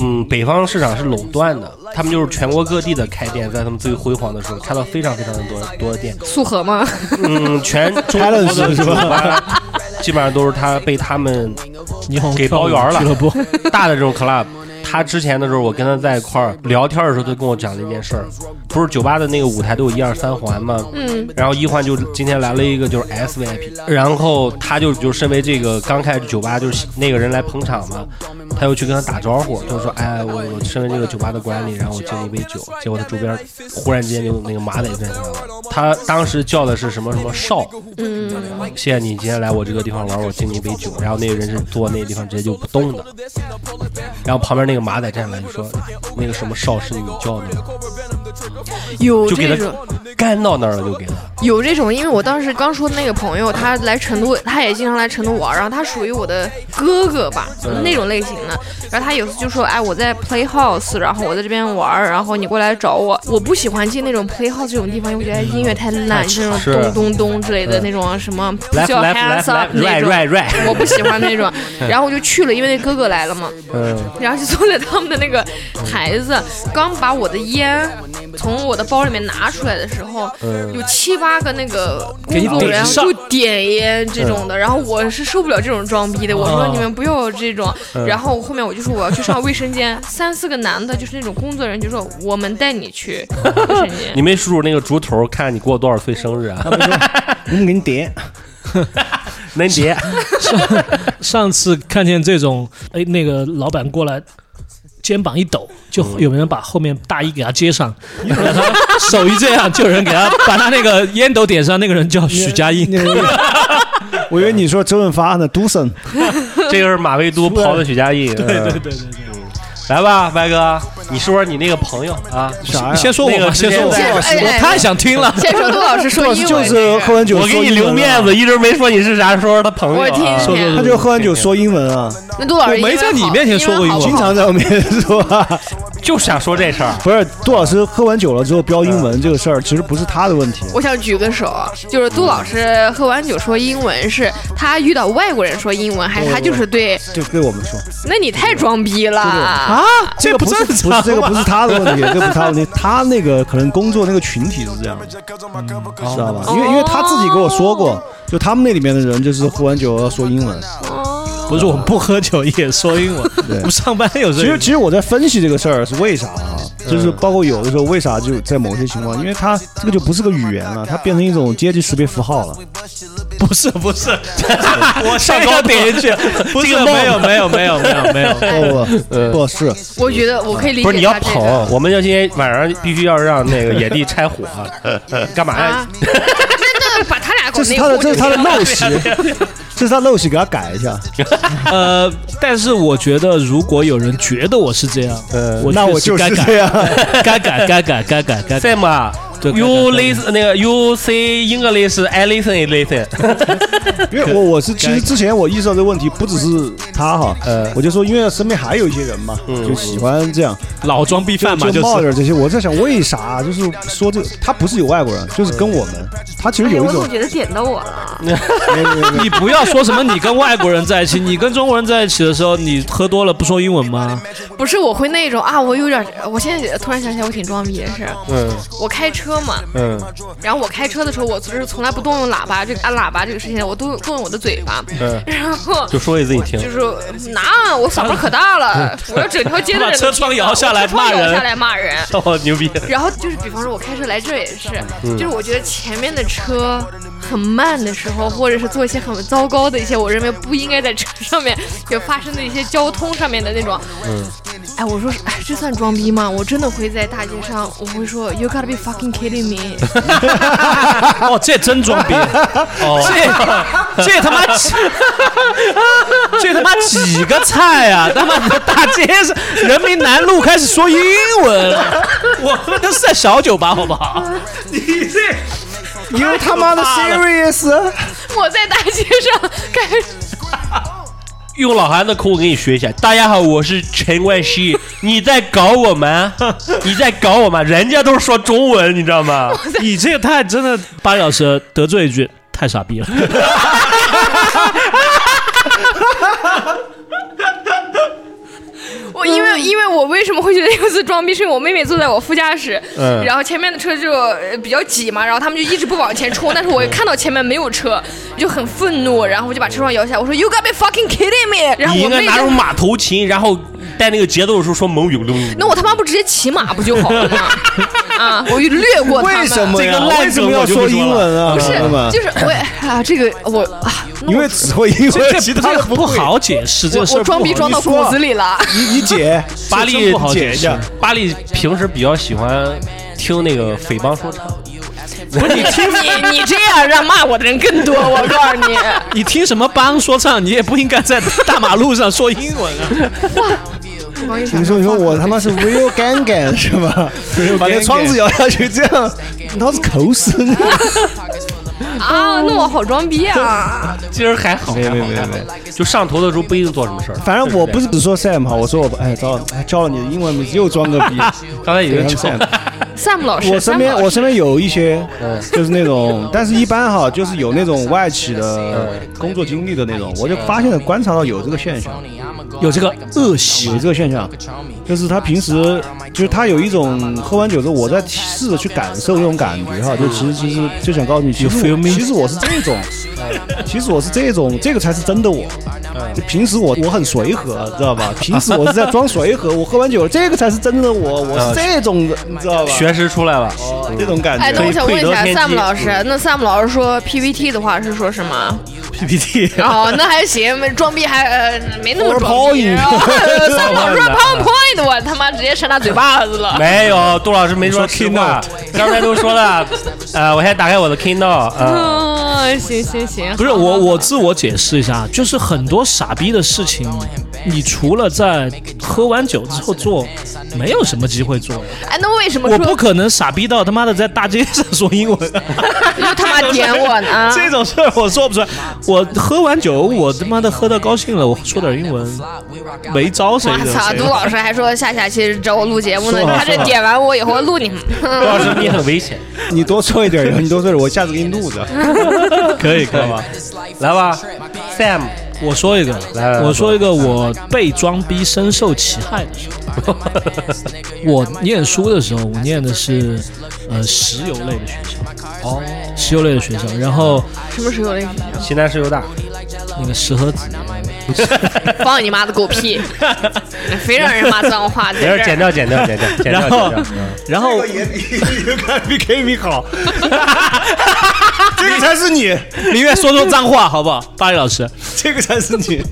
嗯，北方市场是垄断的，他们就是全国各地的开店，在他们最辉煌的时候开了非常非常的多多的店，
素和吗？
嗯，全中国的酒吧基本上都是他被他们
霓 虹
给
跳
包
舞
圆儿了
俱乐部，
大的这种 club，他之前的时候，我跟他在一块儿聊天的时候，他跟我讲了一件事儿，不是酒吧的那个舞台都有一二三环吗？嗯，然后一环就今天来了一个就是 S VIP，然后他就就身为这个刚开始酒吧就是那个人来捧场嘛，他又去跟他打招呼，就是说，哎，我我身为这个酒吧的管理，然后我敬了一杯酒，结果他周边忽然之间就那个马仔站起来了，他当时叫的是什么什么少，谢谢你今天来我这个地方玩，我敬你一杯酒。然后那个人是坐那个地方直接就不动的，然后旁边那个马仔站起来就说：“那个什么少是你叫的吗
有
就给
这
他
种，
干到那儿了，就给他。
有这种，因为我当时刚说的那个朋友，他来成都，他也经常来成都玩，然后他属于我的哥哥吧，那种类型的。然后他有次就说，哎，我在 Playhouse，然后我在这边玩，然后你过来找我。我不喜欢进那种 Playhouse 这种地方，因为我觉得音乐太烂，就那
是
种咚咚咚之类的那种什么 put your
left, left,
hands up
left, right,
那种
right, right
我不喜欢那 种。然后我就去了，因为那哥哥来了嘛。
嗯，
然后就坐在他们的那个台子，刚把我的烟从我的包里面拿出来的时候，有七八个那个
嗯
工
给你
作
顶
人员
上嗯
就点烟这种的，然后我是受不了这种装逼的，我说你们不要这种，
嗯
然后后面我就说我要去上卫生间，三四个男的就是那种工作人员就说我们带你去卫生 间，
你没数数那个竹头，看你过多少岁生日啊？
我们给你点，
那你别，
上次看见这种，哎，那个老板过来，肩膀一抖，就有人把后面大衣给他接 上，然后他手一这样，就有人给他把他那个烟斗点上，那个人叫许家印，
那个我以为你说周润发呢，独生
这个是马未都刨的许家印。对对对对对。来吧，白哥，你说说你那个朋友啊？
啥呀？
先说我
那
吧，
个之
先
前
说我吧，
在哎哎哎
我太想听了。
先说杜老师说
老
英
师
文，
就是喝完酒说
我给你
英
留
文
面
啊，
子，一直没说你是啥，说说他朋友
我听
啊。
一
说
听
他，就喝完酒说英文啊，
那杜老师
我没
英文
在你
好
面前说过
英文好
英文
不
经
好
常在我面前说啊。
就想说这事儿。
不是杜老师喝完酒了之后飙英文这个事儿，其实不是他的问题。
我想举个手，啊就是杜老师喝完酒说英文，是他遇到外国人说英文，还是他就是对？
就对我们说
那你太装逼了！
啊，
这
个
不
不是
正
不是
常
这个
吧
不是他的问题，这个不是他的问题，他那个可能工作那个群体是这样的，知道吧？因为因为他自己跟我说过，就他们那里面的人就是喝完酒要说英文。
不是我们不喝酒也说英文，
对
我们上班有时
其
候
实，其实我在分析这个事儿是为啥啊？就是包括有的时候为啥就在某些情况，因为它这个就不是个语言了，它变成一种阶级识别符号了。
不是不是， 我上高点进去，不
这
是
个梦
没有没有没有没有没有，
哦不不是，
我觉得我可以理解
不是你要啊
他这
捧
个，
我们要今天晚上必须要让那个野地 拆火，干嘛呀
啊？， 真的把他俩搞
这是他的这是他的陋习，这是他陋习，给他改一下。
呃，但是我觉得如果有人觉得我是这样，我
呃那我
确实
就
该
是
改
这样。
该改，该改，该改，该改。
Sam 啊，
对对
You
对
listen 那个 You say English, I listen, I listen。
因为我我是其实之前我意识到这个问题，不只是他哈，
呃
我就说因为身边还有一些人嘛，就喜欢这样，
老装逼犯嘛，
就
就
冒
是
着这些，我在想为啥就是说这他不是有外国人，就是跟我们，他其实有
哎
一
我
种
总觉得点到我了，
你不要说什么你跟外国人在一起，你跟中国人在一起的时候，你喝多了不说英文吗？
不是我会那种啊，我有点，我现在突然想起来，我挺装逼的是，
嗯
我开车嘛，
嗯
然后我开车的时候，我是从来不动用喇叭，这个按喇叭这个事情，我都动用我的嘴巴，
嗯，
然后
就说给自己听。
就是拿我嗓门可大了，我要整条街的
嗯
人
把
都
车窗摇下来
我车窗
骂人
摇下来骂人。
哦，牛逼！
然后就是，比方说，我开车来这儿也是，
嗯
就是我觉得前面的车很慢的时候，或者是做一些很糟糕的一些我认为不应该在车上面有发生的一些交通上面的那种，
嗯
哎，我说是，哎，这算装逼吗？我真的会在大街上，我会说 You gotta be fucking kidding me，
哦，这真装 逼，哦，这这他妈几，这他妈几个菜啊！他妈的大街上人民南路开始说英文了，我他妈都是在小酒吧，好不好？
因为他妈的 serious，啊
我在大街上开始
用老韩的口吻给你学一下。大家好，我是陈冠希。 你在搞 我们？你在搞我们？人家都是说中文，你知道吗？
你这个太真的，八小时得罪一句太傻逼了。
我哦因为因为我为什么会觉得有次装逼，是因为我妹妹坐在我副驾驶，然后前面的车就呃比较挤嘛，然后他们就一直不往前冲，但是我看到前面没有车，就很愤怒，然后我就把车窗摇下来，我说 You gotta be fucking kidding me！然后
你
啊我
应该
妹
拿出
就。
马头琴，然后带那个节奏的时候说蒙语录。
那我他妈不直接骑马不就好了吗？啊，我就略过他们。
为什么
这
呀
个？烂
为什么
梗
要
我就不
说
说
英
了
文啊？
不是
朋友们，
就是我也啊，这个我啊，
因为只会英
这
文，其他
这
的不
不
会。
好解释，这
我
个事儿
我装逼
不好
装
解
到
你说
骨子里了。
你你姐，
巴
这真
力
不好
解
解
释
释。
巴力平时比较喜欢听那个匪帮说唱，
你你这样让骂我的人更多，我告诉你。
你听什么帮说唱，你也不应该在大马路上说英文啊！
你说你说我他妈是 real gang gang 是吧？把那个窗子摇下去，这样你倒是口死你！
啊，那我好装逼啊！
今儿还好，
没
还
没
好
没
还
没
好就上头的时候不一定做什么事儿。
反正我不是只说 Sam 哈，我说我哎糟了，哎教了你的英文名字又装个逼。
刚才已经讲了
Sam 老师，
我身
Sam
边
老师
我身边有一些，就是那种，但是一般哈，就是有那种外企的工作经历的那种，我就发现了观察到有这个现象，
有这个恶习
有这个现象，就是他平时就是他有一种喝完酒之后，我在试着去感受这种感觉哈，就其实其实就想告诉你，其实我其实我是这种，其实我是这种，这个才是真的我。就平时我我很随和，知道吧？平时我是在装随和，我喝完酒，这个才是真的我，我是这种的，你知道吧？
学识出来了，
哦
这种感觉。
哎，那我想问一下
可以窥得
Sam
天机
老师，那 Sam 老师说 PPT 的话是说什么？
PPT，
哦，那 还行，没装逼还呃没那么装逼。
PowerPoint
然后 Sam 老师说 PowerPoint，我他妈直接扇他嘴巴子了。
没有，杜老师没说实话，刚才都说了，呃，我先打开我的 Kindle，嗯，
嗯，行行行，
不是我，我自我解释一下，就是很多傻逼的事情，你除了在喝完酒之后做，没有什么机会做。
哎，那为什么
我
说
不可能傻逼到他妈的在大街上说英文，
又他妈点我呢？啊
这种事儿我说不出来。我喝完酒，我他妈的喝的高兴了，我说点英文，没招谁
我
惹
操！
谁
杜。老师还说下下期找我录节目呢，他这点完我以后录你。
杜老师你很危险，
你多说一点儿，你多说一点儿，我下次给你录着。
可以可以，
来吧，Sam，
我说一个
来来，
我说一个我被装逼深受其害的时候。 我念书的时候，我念的是呃石油类的学校，哦，石油类的学校，然后
什么时候那个
西南石油大，
那个石河子，
放你妈的狗屁！非让人骂脏话，在
没
这
事，
儿
剪掉，剪掉，剪掉，剪
然
掉，剪
后
掉。
然后
这个才是你，
宁愿说说脏话，好不好，巴黎老师？
这个才是你。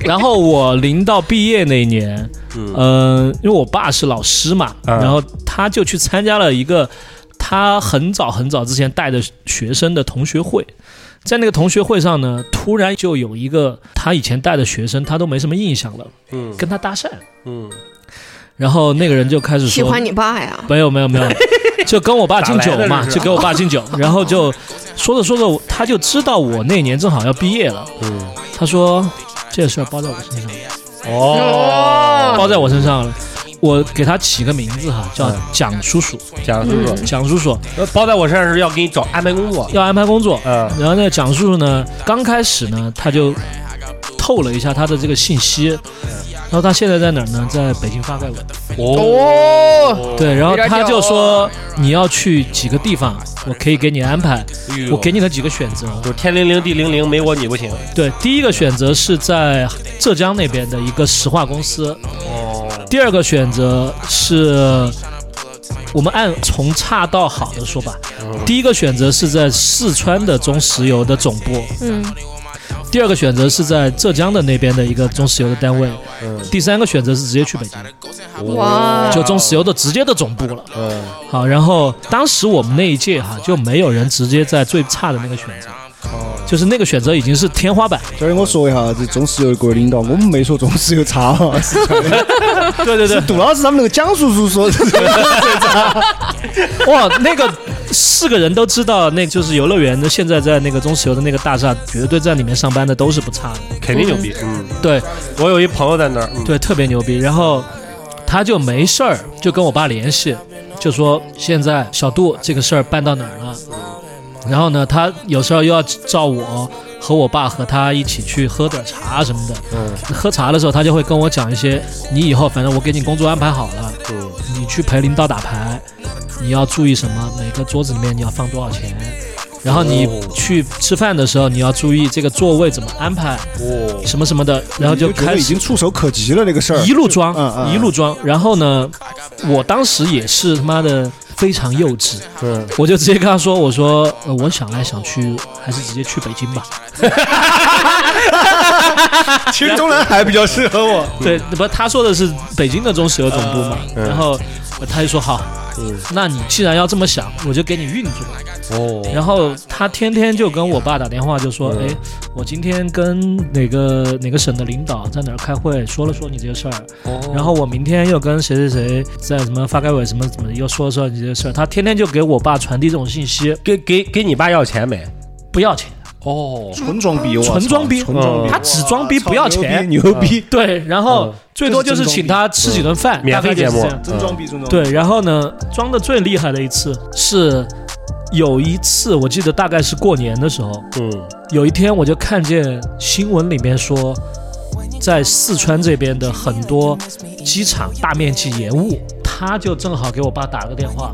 然后我临到毕业那一年，嗯、因为我爸是老师嘛，
嗯
然后他就去参加了一个他很早很早之前带的学生的同学会，在那个同学会上呢，突然就有一个他以前带的学生，他都没什么印象了，
嗯
跟他搭讪，
嗯，
然后那个人就开始
喜
说
欢你爸呀？
没有没有没有，就跟我爸敬酒
咋来
嘛，
的这是
就给我爸敬酒， 然后就说着说着，他就知道我那年正好要毕业了，
嗯，
他说这事儿包在我身上，
哦
包在我身上了。我给他起个名字哈，叫
嗯
蒋叔叔。
蒋叔叔
蒋叔叔
呃包在我身上是要给你找安排工作，
要安排工作，
嗯
然后那个蒋叔叔呢，刚开始呢，他就透了一下他的这个信息，然后他现在在哪儿呢？在北京发改委。
哦，
对，然后
有点
他
屌
就
哦
说你要去几个地方，我可以给你安排，
哎呦
我给你了几个选择。
就是天灵灵地灵灵，没我你不行。
对，第一个选择是在浙江那边的一个石化公司，
哦，
第二个选择是。我们按从差到好的说吧，
嗯
第一个选择是在四川的中石油的总部，
嗯，
第二个选择是在浙江的那边的一个中石油的单位，
嗯
第三个选择是直接去北京，
哇，
就中石油的直接的总部了。
嗯，
好，然后当时我们那一届哈、就没有人直接在最差的那个选择，
哦
就是那个选择已经是天花板。
这儿我说一下，这中石油各位领导，我们没说中石油差 啊，是
对对对，
杜老师他们那个蒋叔叔说的。
哇，那个四个人都知道，那就是游乐园的，现在在那个中石油的那个大厦，绝对在里面上班的都是不差的，
肯定牛逼。嗯，
对
我有一朋友在那儿，嗯
对，特别牛逼。然后他就没事儿就跟我爸联系，就说现在小杜这个事儿办到哪儿了。然后呢，他有时候又要照我和我爸和他一起去喝点茶什么的。
嗯
喝茶的时候，他就会跟我讲一些，你以后反正我给你工作安排好了，
嗯
你去陪领导打牌，你要注意什么？每个桌子里面你要放多少钱？然后你去吃饭的时候，你要注意这个座位怎么安排，
哦，
什么什么的。 然后就
觉得
开
已
始
经触手可及了那个事儿，
一路装
嗯，嗯
一路装。然后呢，我当时也是他妈的非常幼稚，
嗯，
我就直接跟他说：“我说，呃我想来想去，还是直接去北京吧。”
其实中南海比较适合我。
对，不，他说的是北京的中石油总部嘛，
嗯
然后呃他就说好，那你既然要这么想，我就给你运作。
哦，
然后他天天就跟我爸打电话，就说，
嗯
哎，我今天跟哪个哪个省的领导在哪儿开会，说了说你这个事儿，
哦
然后我明天又跟谁谁谁在什么发改委什么怎么又说了说你这个事儿，他天天就给我爸传递这种信息，
给给给你爸要钱没？
不要钱，
哦，
纯装逼，我操
纯装逼，嗯
纯装逼，
他只装逼不要钱。
牛逼，牛逼，嗯
对，然后
嗯
最多就是请他吃几顿饭，
免
大
费
概
节
就是
目
这样。，
真装
嗯
逼，真装逼。
对，然后呢，装的最厉害的一次是有一次，我记得大概是过年的时候，
嗯
有一天我就看见新闻里面说，在四川这边的很多机场大面积延误，他就正好给我爸打了个电话，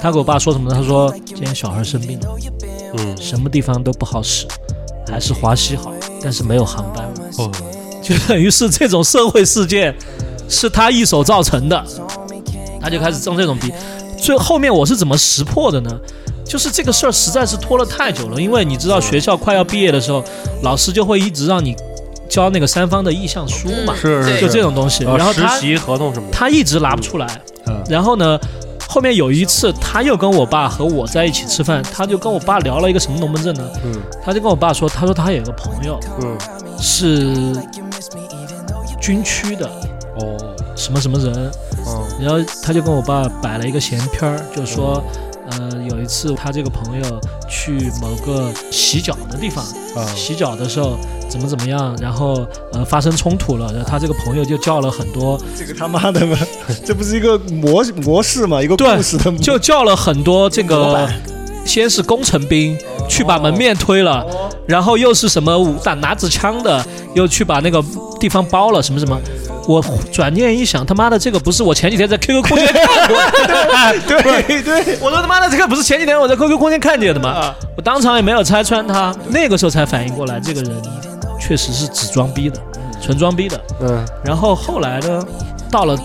他给我爸说什么呢？他说今天小孩生病了，
嗯，
什么地方都不好使，还是华西好，但是没有航班了。哦，就等于是这种社会事件是他一手造成的，他就开始装这种逼。最后面我是怎么识破的呢？就是这个事儿实在是拖了太久了，因为你知道学校快要毕业的时候，老师就会一直让你交那个三方的意向书嘛，
是是
就这
种，
种东西。
呃
然后
实
他
习合同什么的，
他一直拿不出来
嗯。
然后呢，后面有一次他又跟我爸和我在一起吃饭，他就跟我爸聊了一个什么龙门阵呢？
嗯
他就跟我爸说，他说他有一个朋友
嗯，
是军区的
哦，
什么什么人，
嗯
然后他就跟我爸摆了一个闲篇儿，就说，
嗯
呃，有一次他这个朋友去某个洗脚的地方，
啊
洗脚的时候怎么怎么样，然后呃发生冲突了，然后他这个朋友就叫了很多，
这个他妈的嘛， 这不是一个模模式嘛，一个
对
故事的模
就叫了很多这个。先是工程兵去把门面推了，然后又是什么武打拿着枪的，又去把那个地方包了什么什么。我转念一想，他妈的这个不是我前几天在 QQ 空间看过的，
对对， 啊
我说他妈的，这个不是前几天我在 QQ 空间看见的吗？我当场也没有拆穿他，那个时候才反应过来，这个人确实是只装逼的，纯装逼的。
嗯，
然后后来呢，到了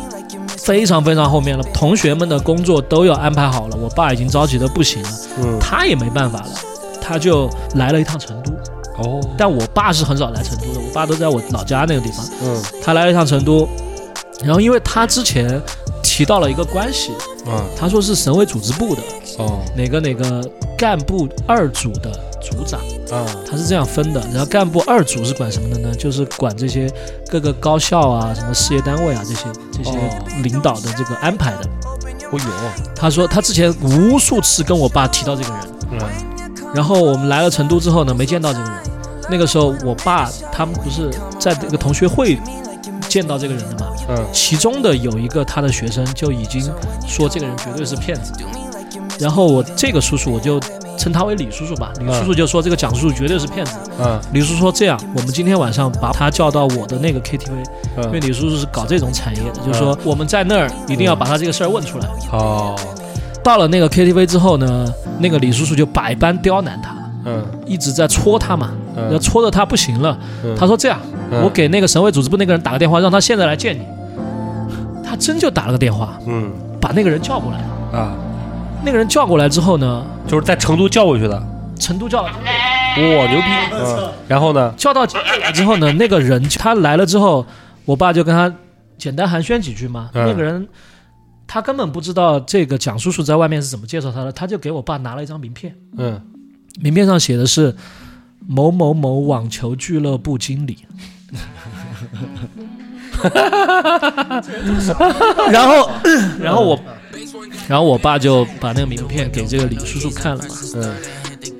非常非常后面了，同学们的工作都要安排好了，我爸已经着急的不行了，
嗯
他也没办法了，他就来了一趟成都。
哦，
但我爸是很少来成都的，我爸都在我老家那个地方。
嗯
他来了一趟成都，然后因为他之前提到了一个关系，
嗯
他说是省委组织部的。
哦
哪个哪个干部二组的组长，
嗯
他是这样分的。然后干部二组是管什么的呢？就是管这些各个高校啊、什么事业单位啊这些这些
哦
领导的这个安排的。
哦
他说他之前无数次跟我爸提到这个人，
嗯
然后我们来了成都之后呢，没见到这个人。那个时候我爸他们不是在这个同学会见到这个人的嘛，
嗯
其中的有一个他的学生就已经说这个人绝对是骗子，然后我这个叔叔我就称他为李叔叔吧，李叔叔就说这个蒋叔叔绝对是骗子，
嗯
李叔叔说这样，我们今天晚上把他叫到我的那个 KTV，因为
嗯，
李叔叔是搞这种产业的，就是说我们在那儿一定要把他这个事儿问出来。
哦，
到了那个 KTV 之后呢，那个李叔叔就百般刁难他，
嗯
一直在戳他嘛，
嗯
然后戳的他不行了。
嗯
他说这样，
嗯
我给那个省委组织部那个人打个电话，让他现在来见你。他真就打了个电话，
嗯
把那个人叫过来。
啊，
那个人叫过来之后呢，
就是在成都叫过去的，
成都叫了，
哇，牛逼！嗯，然后呢？
叫到成都来之后呢，那个人他来了之后，我爸就跟他简单寒暄几句嘛。
嗯
那个人他根本不知道这个蒋叔叔在外面是怎么介绍他的，他就给我爸拿了一张名片。
嗯，
名片上写的是某某某网球俱乐部经理。然后，然后我，然后我爸就把那个名片给这个李叔叔看了嘛，
嗯，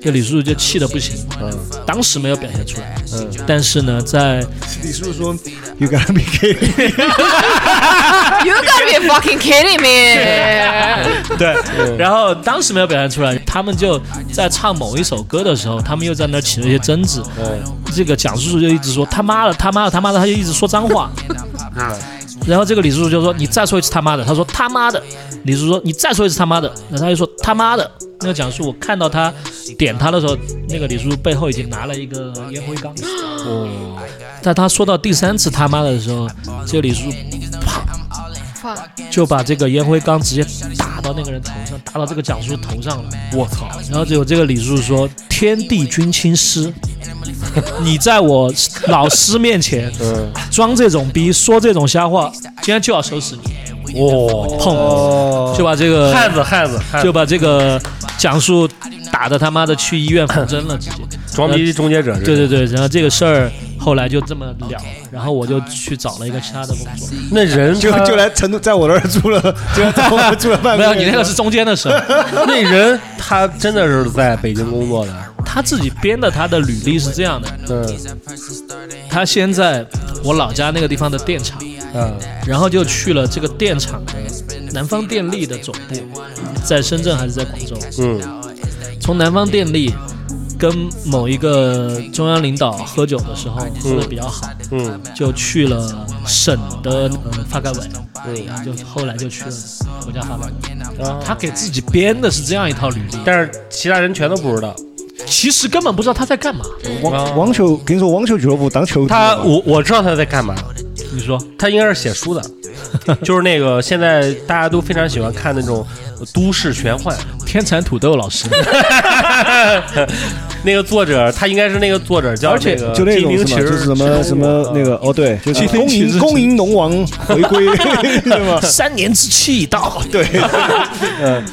这李叔叔就气得不行，嗯，当时没有表现出来，嗯，但是呢，在
李叔叔说，You gotta be kidding！
You gotta be fucking kidding me！
对，然后当时没有表现出来，他们就在唱某一首歌的时候，他们又在那儿起了一些争执。这个蒋叔叔就一直说他妈的，他妈的，他妈的，他就一直说脏话。然后这个李叔叔就说：“你再说一次他妈的。”他说：“他妈的。”李叔叔说：“你再说一次他妈的。”然后他就说：“他妈的。”那个蒋叔，我看到他点他的时候，那个李叔叔背后已经拿了一个烟灰缸。
哦，
在他说到第三次他妈的时候，这个李叔叔啪
放
就把这个烟灰缸直接打到那个人头上，打到这个蒋叔头上了。我操！然后就有这个李叔说：“天地君亲师， 你在我老师面前
嗯，
装这种逼，说这种瞎话，今天就要收拾你！”哦
哇，
砰，就把这个
汉子，汉子，汉
就
子，
把这个蒋叔打的他妈的去医院缝针了，直接。
装逼终结者
呃
是吧，
对对对，然后这个事儿后来就这么了，然后我就去找了一个其他的工作。
那人
就
呃
他
就来成都，在我这儿住了，就在我 这儿住了半
没
个
有，
月。
你那个是中间的事儿。
那人他真的是在北京工作的，
他自己编的他的履历是这样的：
嗯
他先在我老家那个地方的电厂，
嗯
然后就去了这个电厂的南方电力的总部，在深圳还是在广州？
嗯
从南方电力跟某一个中央领导喝酒的时候喝的比较好，
嗯
就去了省的呃发改委，
嗯，
就后来就去了国家发改委。他给自己编的是这样一套履历，但
但是其他人全都不知道。
其实根本不知道他在干嘛。
啊
嗯
网网球，跟你说，网球俱乐部当球
他我我知道他在干嘛，
你说
他应该是写 书的，就是那个现在大家都非常喜欢看那种都市玄幻，
天蚕土豆老 师。
那个作者他应该是那个作者叫
而且
那个
就那
金
种
陵
是吗？
骑
就
士
是什么什么那个哦，对，就是
七星
恭
骑士
迎恭迎龙王回归， 对吗？
三年之期已到。
对，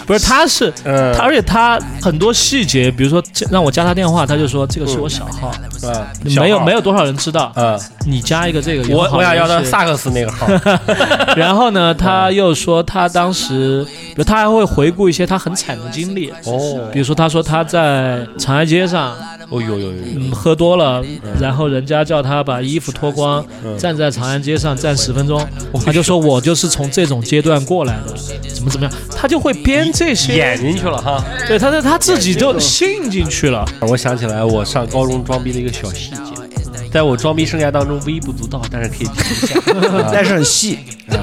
不是，他是、
嗯
他，而且他很多细节，比如说这让我加他电话，他就说这个是我小号，
啊
没有没有多少人知道，
啊，
你加一个这个，
我我想要他
的。
萨克斯那个 号，
然后呢，他又说他当时，
嗯
比如他还会回顾一些他很惨的经历。
哦
比如说，他说他在长安街上，
哦有有有有，
嗯，喝多了，然后人家叫他把衣服脱光，
嗯
站在长安街上站十分钟，他就说我就是从这种阶段过来的，怎么怎么样，他就会编这些
演进去了哈。
对，他他他自己就信进去了。
我想起来我上高中装逼的一个小细节，在我装逼生涯当中微不足道，但是可以提一下。
但是很细，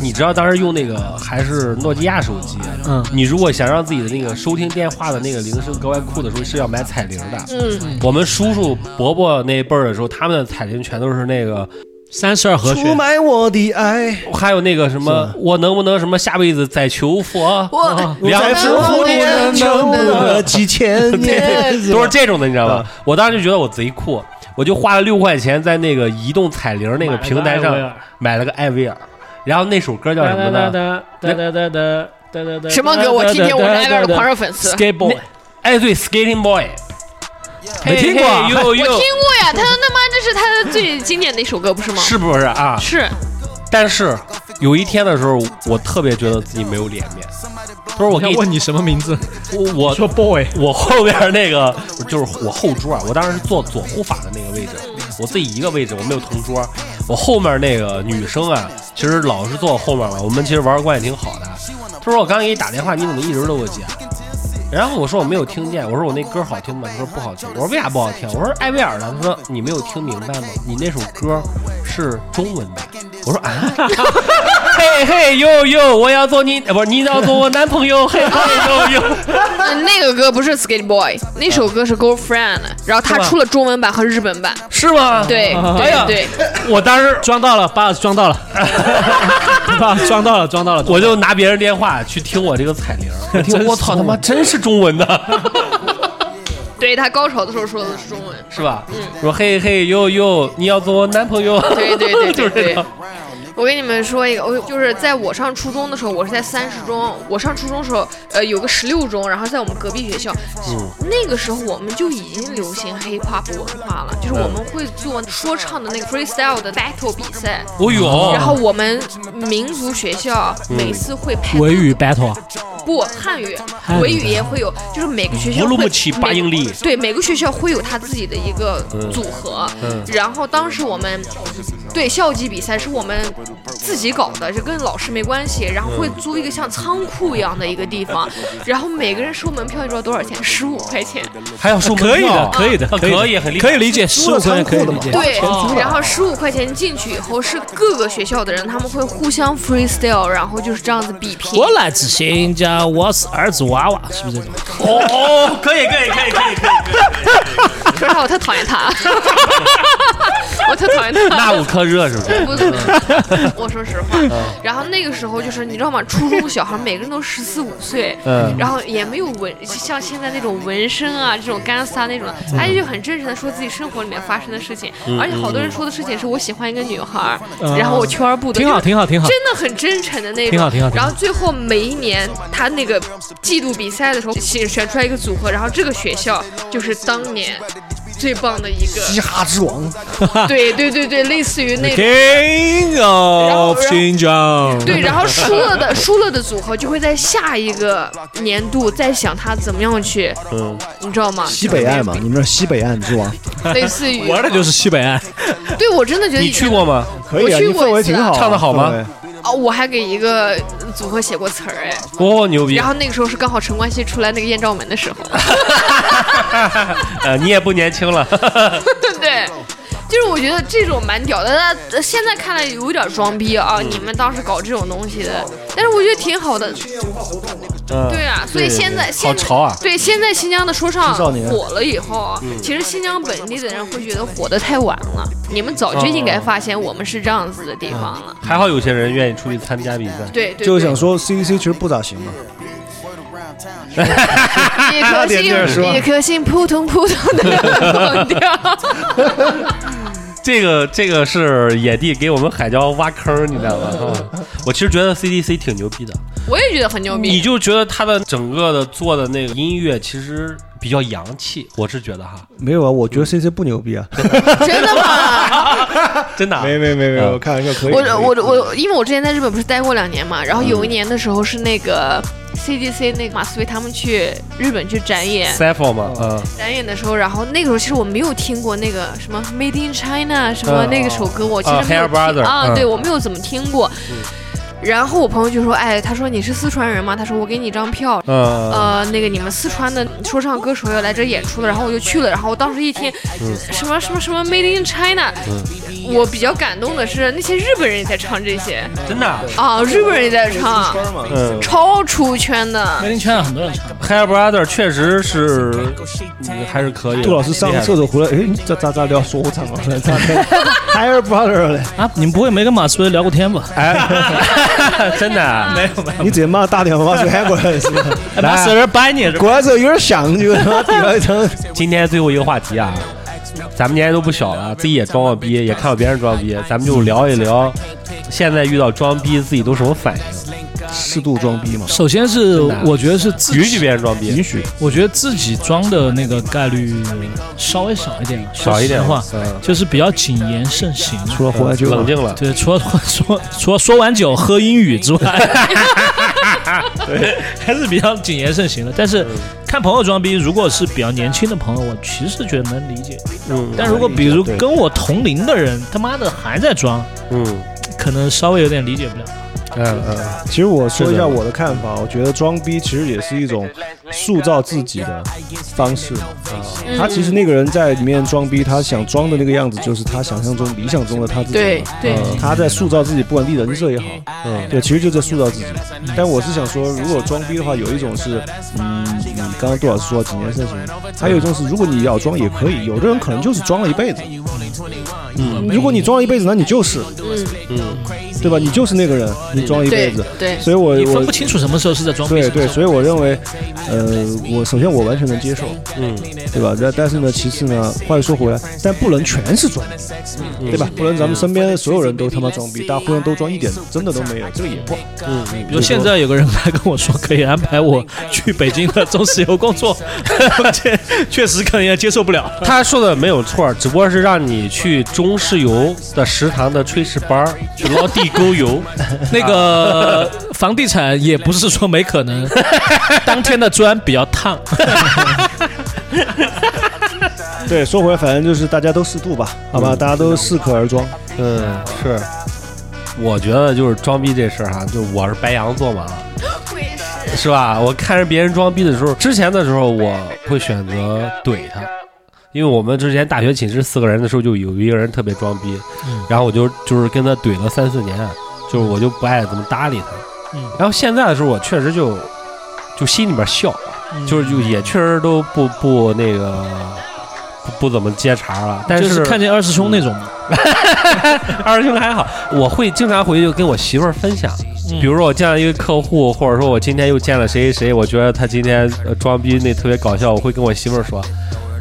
你知道当时用那个还是诺基亚手机，
嗯
你如果想让自己的那个收听电话的那个铃声格外酷的时候，是要买彩铃的。嗯，我们叔叔伯伯那辈儿的时候，他们的彩铃全都是那个，
三十二和
出
弦，
卖我的爱，
还有那个什么，我能不能什么下辈子再求佛，
我
两
在
只
浮
蝴
里
蝶
求了几千年，
都是这种的，你知道吧？我当时就觉得我贼酷，我就花了六块钱在那个移动彩铃那个平台上买了个艾薇儿，然后那首歌叫什么呢？
哒哒哒哒哒哒哒。
什么歌？我听听，我是艾薇儿的狂热粉丝。
Skateboy，
哎，对，Skating Boy，
没听过啊
嘿嘿呦
我听
呦，
过 呀，他他妈这是他最经典的一首歌，不是吗？
是不是啊？
是，
但是有一天的时候，我特别觉得自己没有脸面。他说：“我给
要
你
问你什么名字？
我我
说 boy，
我后边那个就是我后桌啊，我当时是坐左护法的那个位置，我自己一个位置，我没有同桌。我后面那个女生啊，其实老是坐我后面嘛，我们其实玩的关系挺好的。她说我刚给你打电话，你怎么一直都不接？然后我说我没有听见，我说我那歌好听吗？她说不好听。我说为啥不好听？我说艾薇儿的。她说你没有听明白吗？你那首歌是中文的。我说啊， 嘿嘿呦呦，我要做你，呃不是你要做我男朋友，嘿 嘿呦呦。
嗯那个歌不是 Skate Boy，那首歌是 Girlfriend，然后他
是吧
出了中文版和日本版。
是吗？
对
哎呀
对对，
我当时装到了，把我装 到了，把我装到了，装到了。
我就拿别人电话去听我这个彩铃，我听我操他妈真是中文的，
对他高潮的时候说的是中文。
是吧？说嘿嘿呦呦，你要做我男朋友？
对对对
就是这
对对
个。
我跟你们说一个，我就是在我上初中的时候，我是在三十中。我上初中的时候，呃，有个十六中，然后在我们隔壁学校。
嗯
那个时候我们就已经流行 hip hop 文化了，就是我们会做说唱的那个 freestyle 的 battle 比赛。
我有，
然后我们民族学校
嗯
每次会排
维语 battle 啊，
不汉语
语，
维语也会有，就是每个学校
乌鲁
会
木齐八英里嗯
每对每个学校会有他自己的一个组合。然后当时我们对校级比赛是我们自己搞的，就跟老师没关系。
嗯
然后会租一个像仓库一样的一个地 方，然后每个人收门票，你知道多少钱？十五块钱。
还要收门
可以的
票，
可以的
啊
可以的
可以，很厉害
可以理解，十五分可以理解。
对，然后十五块钱进去以后，是各个学校的人，他们会互相 freestyle，然后就是这样子比拼。
我来自新疆，我是儿子娃娃，是不是这种？
哦，可以，可以，可以，可以，可以。
然后 我特讨厌 他，我特讨厌他。
那五颗热是 不是？
不是，不是 我说实话。
嗯
然后那个时候就是你知道吗？初中小孩每个人都十四五岁，
嗯
然后也没有纹，像现在那种纹身啊，这种干撒那种，
嗯
他就很真诚的说自己生活里面发生的事情，而且好多人说的事情是我喜欢一个女孩儿，然后我缺而不得，
嗯挺好，
就是
挺好，挺好。
真的很真诚的那种，
挺好挺好挺好
然后最后每一年他那个季度比赛的时候，选选出来一个组合，然后这个学校就是当年最棒的一
嘻
个，
哈之王，
啊
对对对对，类似于那种。
King
然后
of
然后
新疆，
对，然后输了的输了的组合就会在下一个年度再想他怎么样去，
嗯，
你知道吗？
西北啊岸嘛，你们是西北岸之王，
类似于，
玩的就是西北岸。
对我真的觉得
你去过吗？
可以啊，
我去
你
过
氛围
一次
挺好啊，
唱得好吗
氛围？
哦，我还给一个组合写过词儿哎，
哦，牛逼
然！后那个时候是刚好陈冠希出来那个艳照门的时候，
呃，你也不年轻 了，
对。就是我觉得这种蛮屌的，那呃现在看来有一点装逼啊！你们当时搞这种东西的，但是我觉得挺好的，对
嗯，
啊，所以现在现
好潮啊
对，现在新疆的说唱
少年
火了以后啊，其实新疆本地的人会觉得火的太晚了，你们早就应该发现我们是这样子的地方了。
还好有些人愿意出去参加比赛。
对对，
就是想说 CDC 其实不咋行嘛，
对一颗心，一颗心扑通扑通的蹦跳。
这个这个是野地给我们海椒挖坑，你知道吗？ 啊我其实觉得 CDC 挺牛逼的，
我也觉得很牛
你
逼，
就觉得他的整个的做的那个音乐其实比较洋气，我是觉得哈，
没有啊，我觉得 CDC 不牛逼啊，
真的吗？
真的啊、
没没没没，
嗯
我看一下可以，
我
可以嗯
我我，因为我之前在日本不是待过两年嘛，然后有一年的时候是那个 CDC 那个马思唯他们去日本去展演，
c y p h e r 嘛，嗯，
展演的时候，然后那个时候其实我没有听过那个什么 Made in China 什么
嗯
那个首歌，我其实
啊
没有
Hair Brother，
听啊，
嗯
对我没有怎么听过。
嗯
然后我朋友就说：“哎，他说你是四川人吗？他说我给你一张票，
嗯哦
呃，那个你们四川的说唱歌手要来这演出了。”然后我就去了。然后我当时一听，
嗯
什么什么什么 Made in China，我比较感动的是那些日本人也在唱这些
真的啊、
啊，日本人也在唱，
嗯
超出圈的。
麦林圈很多人唱，
，Hair Brother 确实是嗯还是可以的。
杜老师上
厉
个
害的
厕所回来，哎，咋咋咋聊说我唱了， 咋 Higher Brother 嘞？
啊，你们不会没跟马思唯聊过天吧？
哎， 真的啊没有没有，
你直接骂大点骂出韩国人是吧？
哎马思唯掰你是吧？
果然是有点想，就他妈顶了一层。
今天最后一个话题啊。咱们年纪都不小了，自己也装过逼，也看过别人装逼，咱们就聊一聊，现在遇到装逼自己都什么反应？
适度装逼嘛，
首先是我觉得是自己
允许别人装逼，
允许
我觉得自己装的那个概率稍微少一点，
少一点
话，
嗯
就是比较谨言慎行。
除了活下去
冷静了，
对，除了说除了说完酒喝英语之外，对，还是比较谨言慎行的。但是看朋友装逼，如果是比较年轻的朋友，我其实觉得能理解。
嗯
但如果比如跟我同龄的人，他妈的还在装，
嗯
可能稍微有点理解不了。
嗯嗯，
其实我说一
是
下
的
我的看法，我觉得装逼其实也是一种塑造自己的方式。啊
嗯
他其实那个人在里面装逼，他想装的那个样子就是他想象中、理想中的他自己。呃
对对，
他在塑造自己，不管立人设也好，嗯，对，其实就在塑造自己。但我是想说，如果装逼的话，有一种是，嗯，你刚刚杜老师说谨言慎行，还有一种是，如果你要装也可以，有的人可能就是装了一辈子，嗯，如果你装了一辈子，那你就是，
嗯，
对吧？你就是那个人，你装了一辈
对
子，
对，
所以我
你分
我
不清楚什么时候是在装逼，
对对，所以我认为，呃，我首先我完全能接受，
嗯，
对吧？但但是呢，其次呢，话又说回来，但不能全是装逼，对吧？不能咱们身边的所有人都他妈装逼，大家互相都装一点真的都没有，这个也不好。
比如现在有个人来跟我说可以安排我去北京的中石油工作， 确确实可能也接受不了。
他说的没有错，只不过是让你去中石油的食堂的炊事班儿去捞地沟油。
那个房地产也不是说没可 能，当天的砖比较烫，
对，说回来，反正就是大家都适度吧，好吧，大家都适可而装。
嗯，是。我觉得就是装逼这事儿、哈，就我是白羊座嘛，是吧？我看着别人装逼的时候，之前的时候我会选择怼他，因为我们之前大学寝室四个人的时候，就有一个人特别装逼，
嗯
然后我就就是跟他怼了三四年，就是我就不爱怎么搭理他。
嗯
然后现在的时候，我确实就就心里边笑，啊
嗯
就是就也确实都不不那个不不怎么接茬了，但嗯
就是看见二师兄那种嘛。
二师兄还好，我会经常回去跟我媳妇儿分享。比如说我见了一个客户，或者说我今天又见了谁谁谁，我觉得他今天呃装逼那特别搞笑，我会跟我媳妇儿说，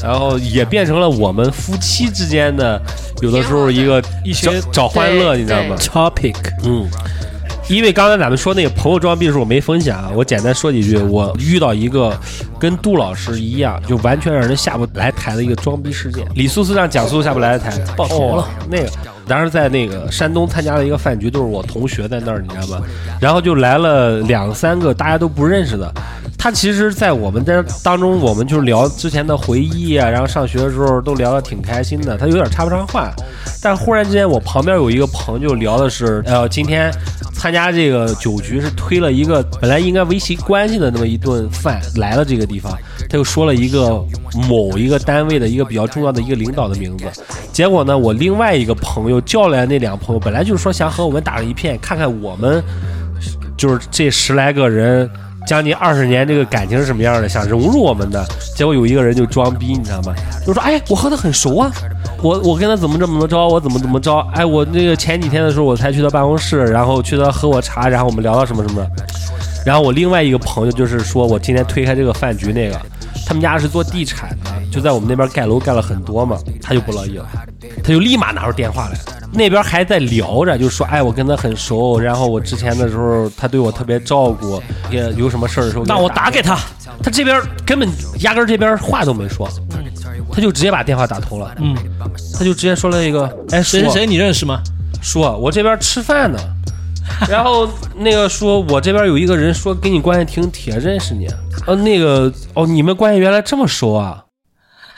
然后也变成了我们夫妻之间的有的时候一个一些找欢乐，
对
你知道吗？
Topic，
嗯，因为刚才咱们说那个朋友装逼的时候我没分享啊，我简单说几句。我遇到一个跟杜老师一样，就完全让人下不来台的一个装逼事件。李素素让蒋素下不来台，爆头了。那个当时在那个山东参加了一个饭局，就是我同学在那儿，你知道吗？然后就来了两三个大家都不认识的。他其实，在我们在当中，我们就聊之前的回忆啊，然后上学的时候都聊得挺开心的。他有点插不上话，但忽然之间，我旁边有一个朋友聊的是，呃，今天参加这个酒局是推了一个本来应该维系关系的那么一顿饭来了这个地方，他又说了一个某一个单位的一个比较重要的一个领导的名字。结果呢，我另外一个朋友叫来那两朋友，本来就是说想和我们打个一片，看看我们就是这十来个人。将近二十年，这个感情是什么样的？想融入我们的，结果有一个人就装逼，你知道吗？就说：“哎，我和他很熟啊，我我跟他怎么怎么着，我怎么怎么着。哎，我那个前几天的时候，我才去他办公室，然后去他喝我茶，然后我们聊到什么什么。然后我另外一个朋友就是说我今天推开这个饭局那个，他们家是做地产的，就在我们那边盖楼盖了很多嘛，他就不乐意了，他就立马拿出电话来，那边还在聊着，就说哎我跟他很熟，然后我之前的时候他对我特别照顾，也有什么事儿的时候
那我打给
给
他，
他这边根本压根儿这边话都没说，他就直接把电话打通了，嗯，他就直接说了一个哎
谁谁
叔
谁你认识吗？
说我这边吃饭呢， 然后那个说我这边有一个人说跟你关系挺铁，认识你，呃，那个哦，你们关系原来这么熟啊，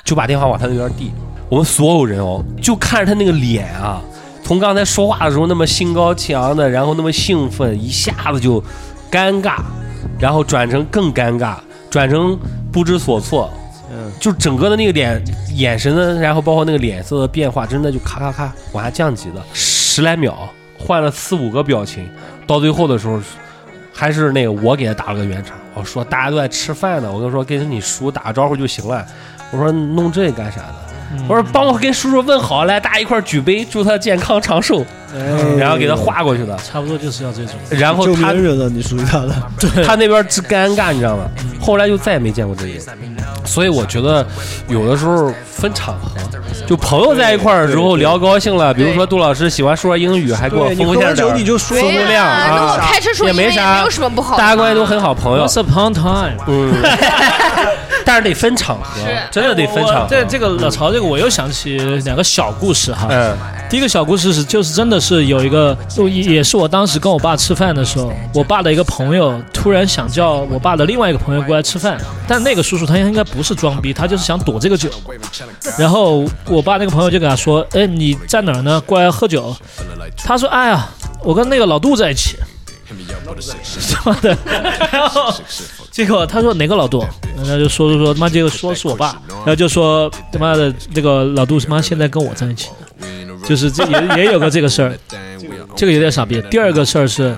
就把电话往他那边递。我们所有人哦，就看着他那个脸啊，从刚才说话的时候那么兴高气昂的，然后那么兴奋，一下子就尴尬，然后转成更尴尬，转成不知所措。嗯，就整个的那个脸、眼神的，然后包括那个脸色的变化，真的就咔咔咔往下降级的，十来秒换了四五个表情，到最后的时候，还是那个我给他打了个圆场，我说大家都在吃饭呢，我跟说跟你叔打个招呼就行了，我说弄这干啥呢？
嗯
我说帮我跟叔叔问好，来大家一块儿举杯，祝他健康长寿，然后给他划过去的。
哎差不多就是要这种。
然后
救
他
命人了，你属于他的。
他那边儿尴尬，你知道吗？后来就再也没见过这个人。所以我觉得，有的时候分场合，就朋友在一块儿之后聊高兴了，比如说杜老师喜欢说英语，还给我
对你
奉
喝
献
完
点
酒
儿
你，就说
对
不
呀、
亮啊
跟我开车说
也
英文
没啥
没有什么不好。
大家关系都很好，朋友，
Once upon time，
嗯，但是得分场合，真的得分
我
场合。
这这个老曹这个，我又想起两个小故事哈。
嗯
第一个小故事是，就是真的是有一个，就也也是我当时跟我爸吃饭的时候，我爸的一个朋友突然想叫我爸的另外一个朋友过来吃饭，但那个叔叔他应该不是装逼，他就是想躲这个酒。然后我爸那个朋友就给他说：“哎，你在哪儿呢？过来喝酒。”他说：“哎呀，我跟那个老杜在一起。”他妈的，然后结果他说哪个老杜，然后就说说说，他妈结果说是我爸，然后就说他妈的这个老杜他妈现在跟我在一起呢，就是这也也有个这个事儿，这个有点傻逼。第二个事儿是。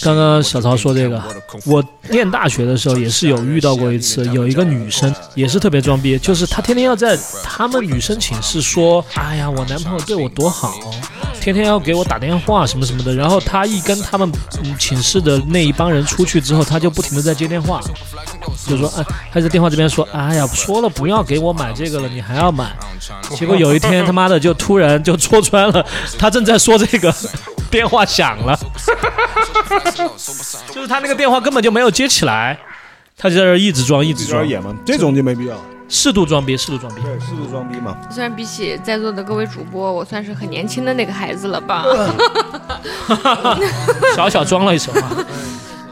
刚刚小曹说这个，我念大学的时候也是有遇到过一次，有一个女生也是特别装逼，就是她天天要在她们女生寝室说，哎呀，我男朋友对我多好，天天要给我打电话什么什么的。然后她一跟他们嗯寝室的那一帮人出去之后，她就不停的在接电话，就说哎，她在电话这边说，哎呀，说了不要给我买这个了，你还要买。结果有一天他妈的就突然就戳穿了，她正在说这个，电话响了。就是他那个电话根本就没有接起来，他就在这儿一直装，一直
有点
装，
野蛮，这种就没必要。
适度装逼，适度装逼。
对，是不是装逼嘛？
虽然比起在座的各位主播，我算是很年轻的那个孩子了吧？
小小装了一手嘛，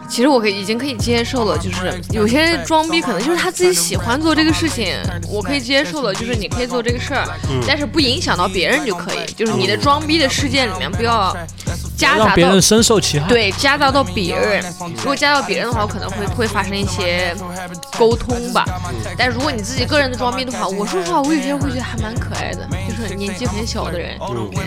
其实我可以已经可以接受了，哦就是有些装逼可能就是他自己喜欢做这个事情，我可以接受了，就是你可以做这个事儿，
嗯
但是不影响到别人就可以。就是你的装逼的事件里面不要夹
让
杂
别
到
人深受其害。
对，夹杂到别人。如果夹杂到别人的话，我可能会会发生一些沟通吧。但如果你自己个人的装逼的话，我说实话，我有些人会觉得还蛮可爱的，就是年纪很小的人，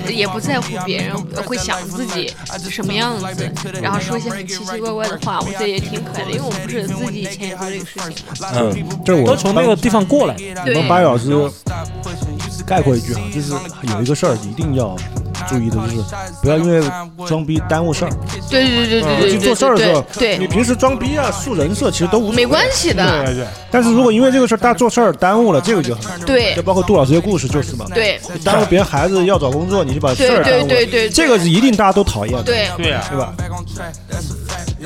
呃也不在乎别人会想自己什么样子，然后说一些很奇奇怪怪的话，我觉得也挺可爱的。因为我不是自己以前也做这个事情嘛，
嗯，
这我
都从那个地方过来，
对
我，们八位老师概括一句哈，就是有一个事儿一定要注意的，就是不要因为装逼耽误事儿。
对对对对
嗯去
对
做事儿
对
的时候
对，
你
对，
平时装逼啊、树人设，其实都无所谓
没关系的，
对对。但是如果因为这个事儿大家做事儿耽误了，这个就很难。
对
就包括杜老师的故事就是嘛，
对
耽误别人孩子要找工作，你就把事儿耽误
对
了。
对对对对
这个是一定大家都讨厌的，
对，
对啊呀，
对吧？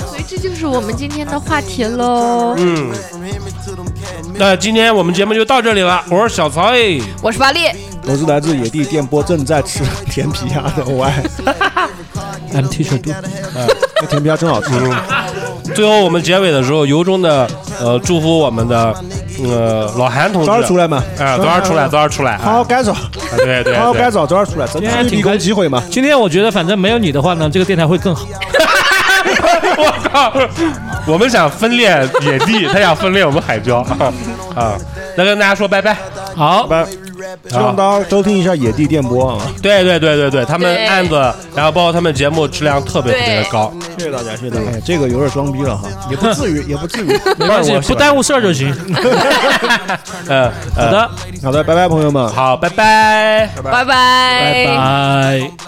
所以这就是我们今天的话题喽。
嗯。那今天我们节目就到这里了，我是小曹哎，
我是巴力，
我是来自野地电波，正在吃 甜皮鸭的我爱，
，I'm teacher do。
那甜皮鸭真好吃。
最后我们结尾的时候，由衷的呃祝福我们的呃老韩同志，
早点出来嘛
啊，早点出来，早点出来
好
啊，
好改造，
啊对对，
好好
对
改造，早点出来，争
今天还
取
挺
立功
开
机会嘛。
今天我觉得反正没有你的话呢，这个电台会更好。
我靠！ 我们想分裂野地，他想分裂我们海椒 啊！那跟大家说拜拜。
好，
拜，希望大家收听一下野地电波啊！
对对对对对，他们
对
案子，然后包括他们节目质量特别特别的
对
高。
谢谢大家，谢谢大家。哎这个有点装逼了哈，也不至于，也不至 于。
没关系，不耽误事儿就行。
嗯，好
好，的，
好的，拜拜，朋友们。
好，拜拜。
拜拜
拜拜。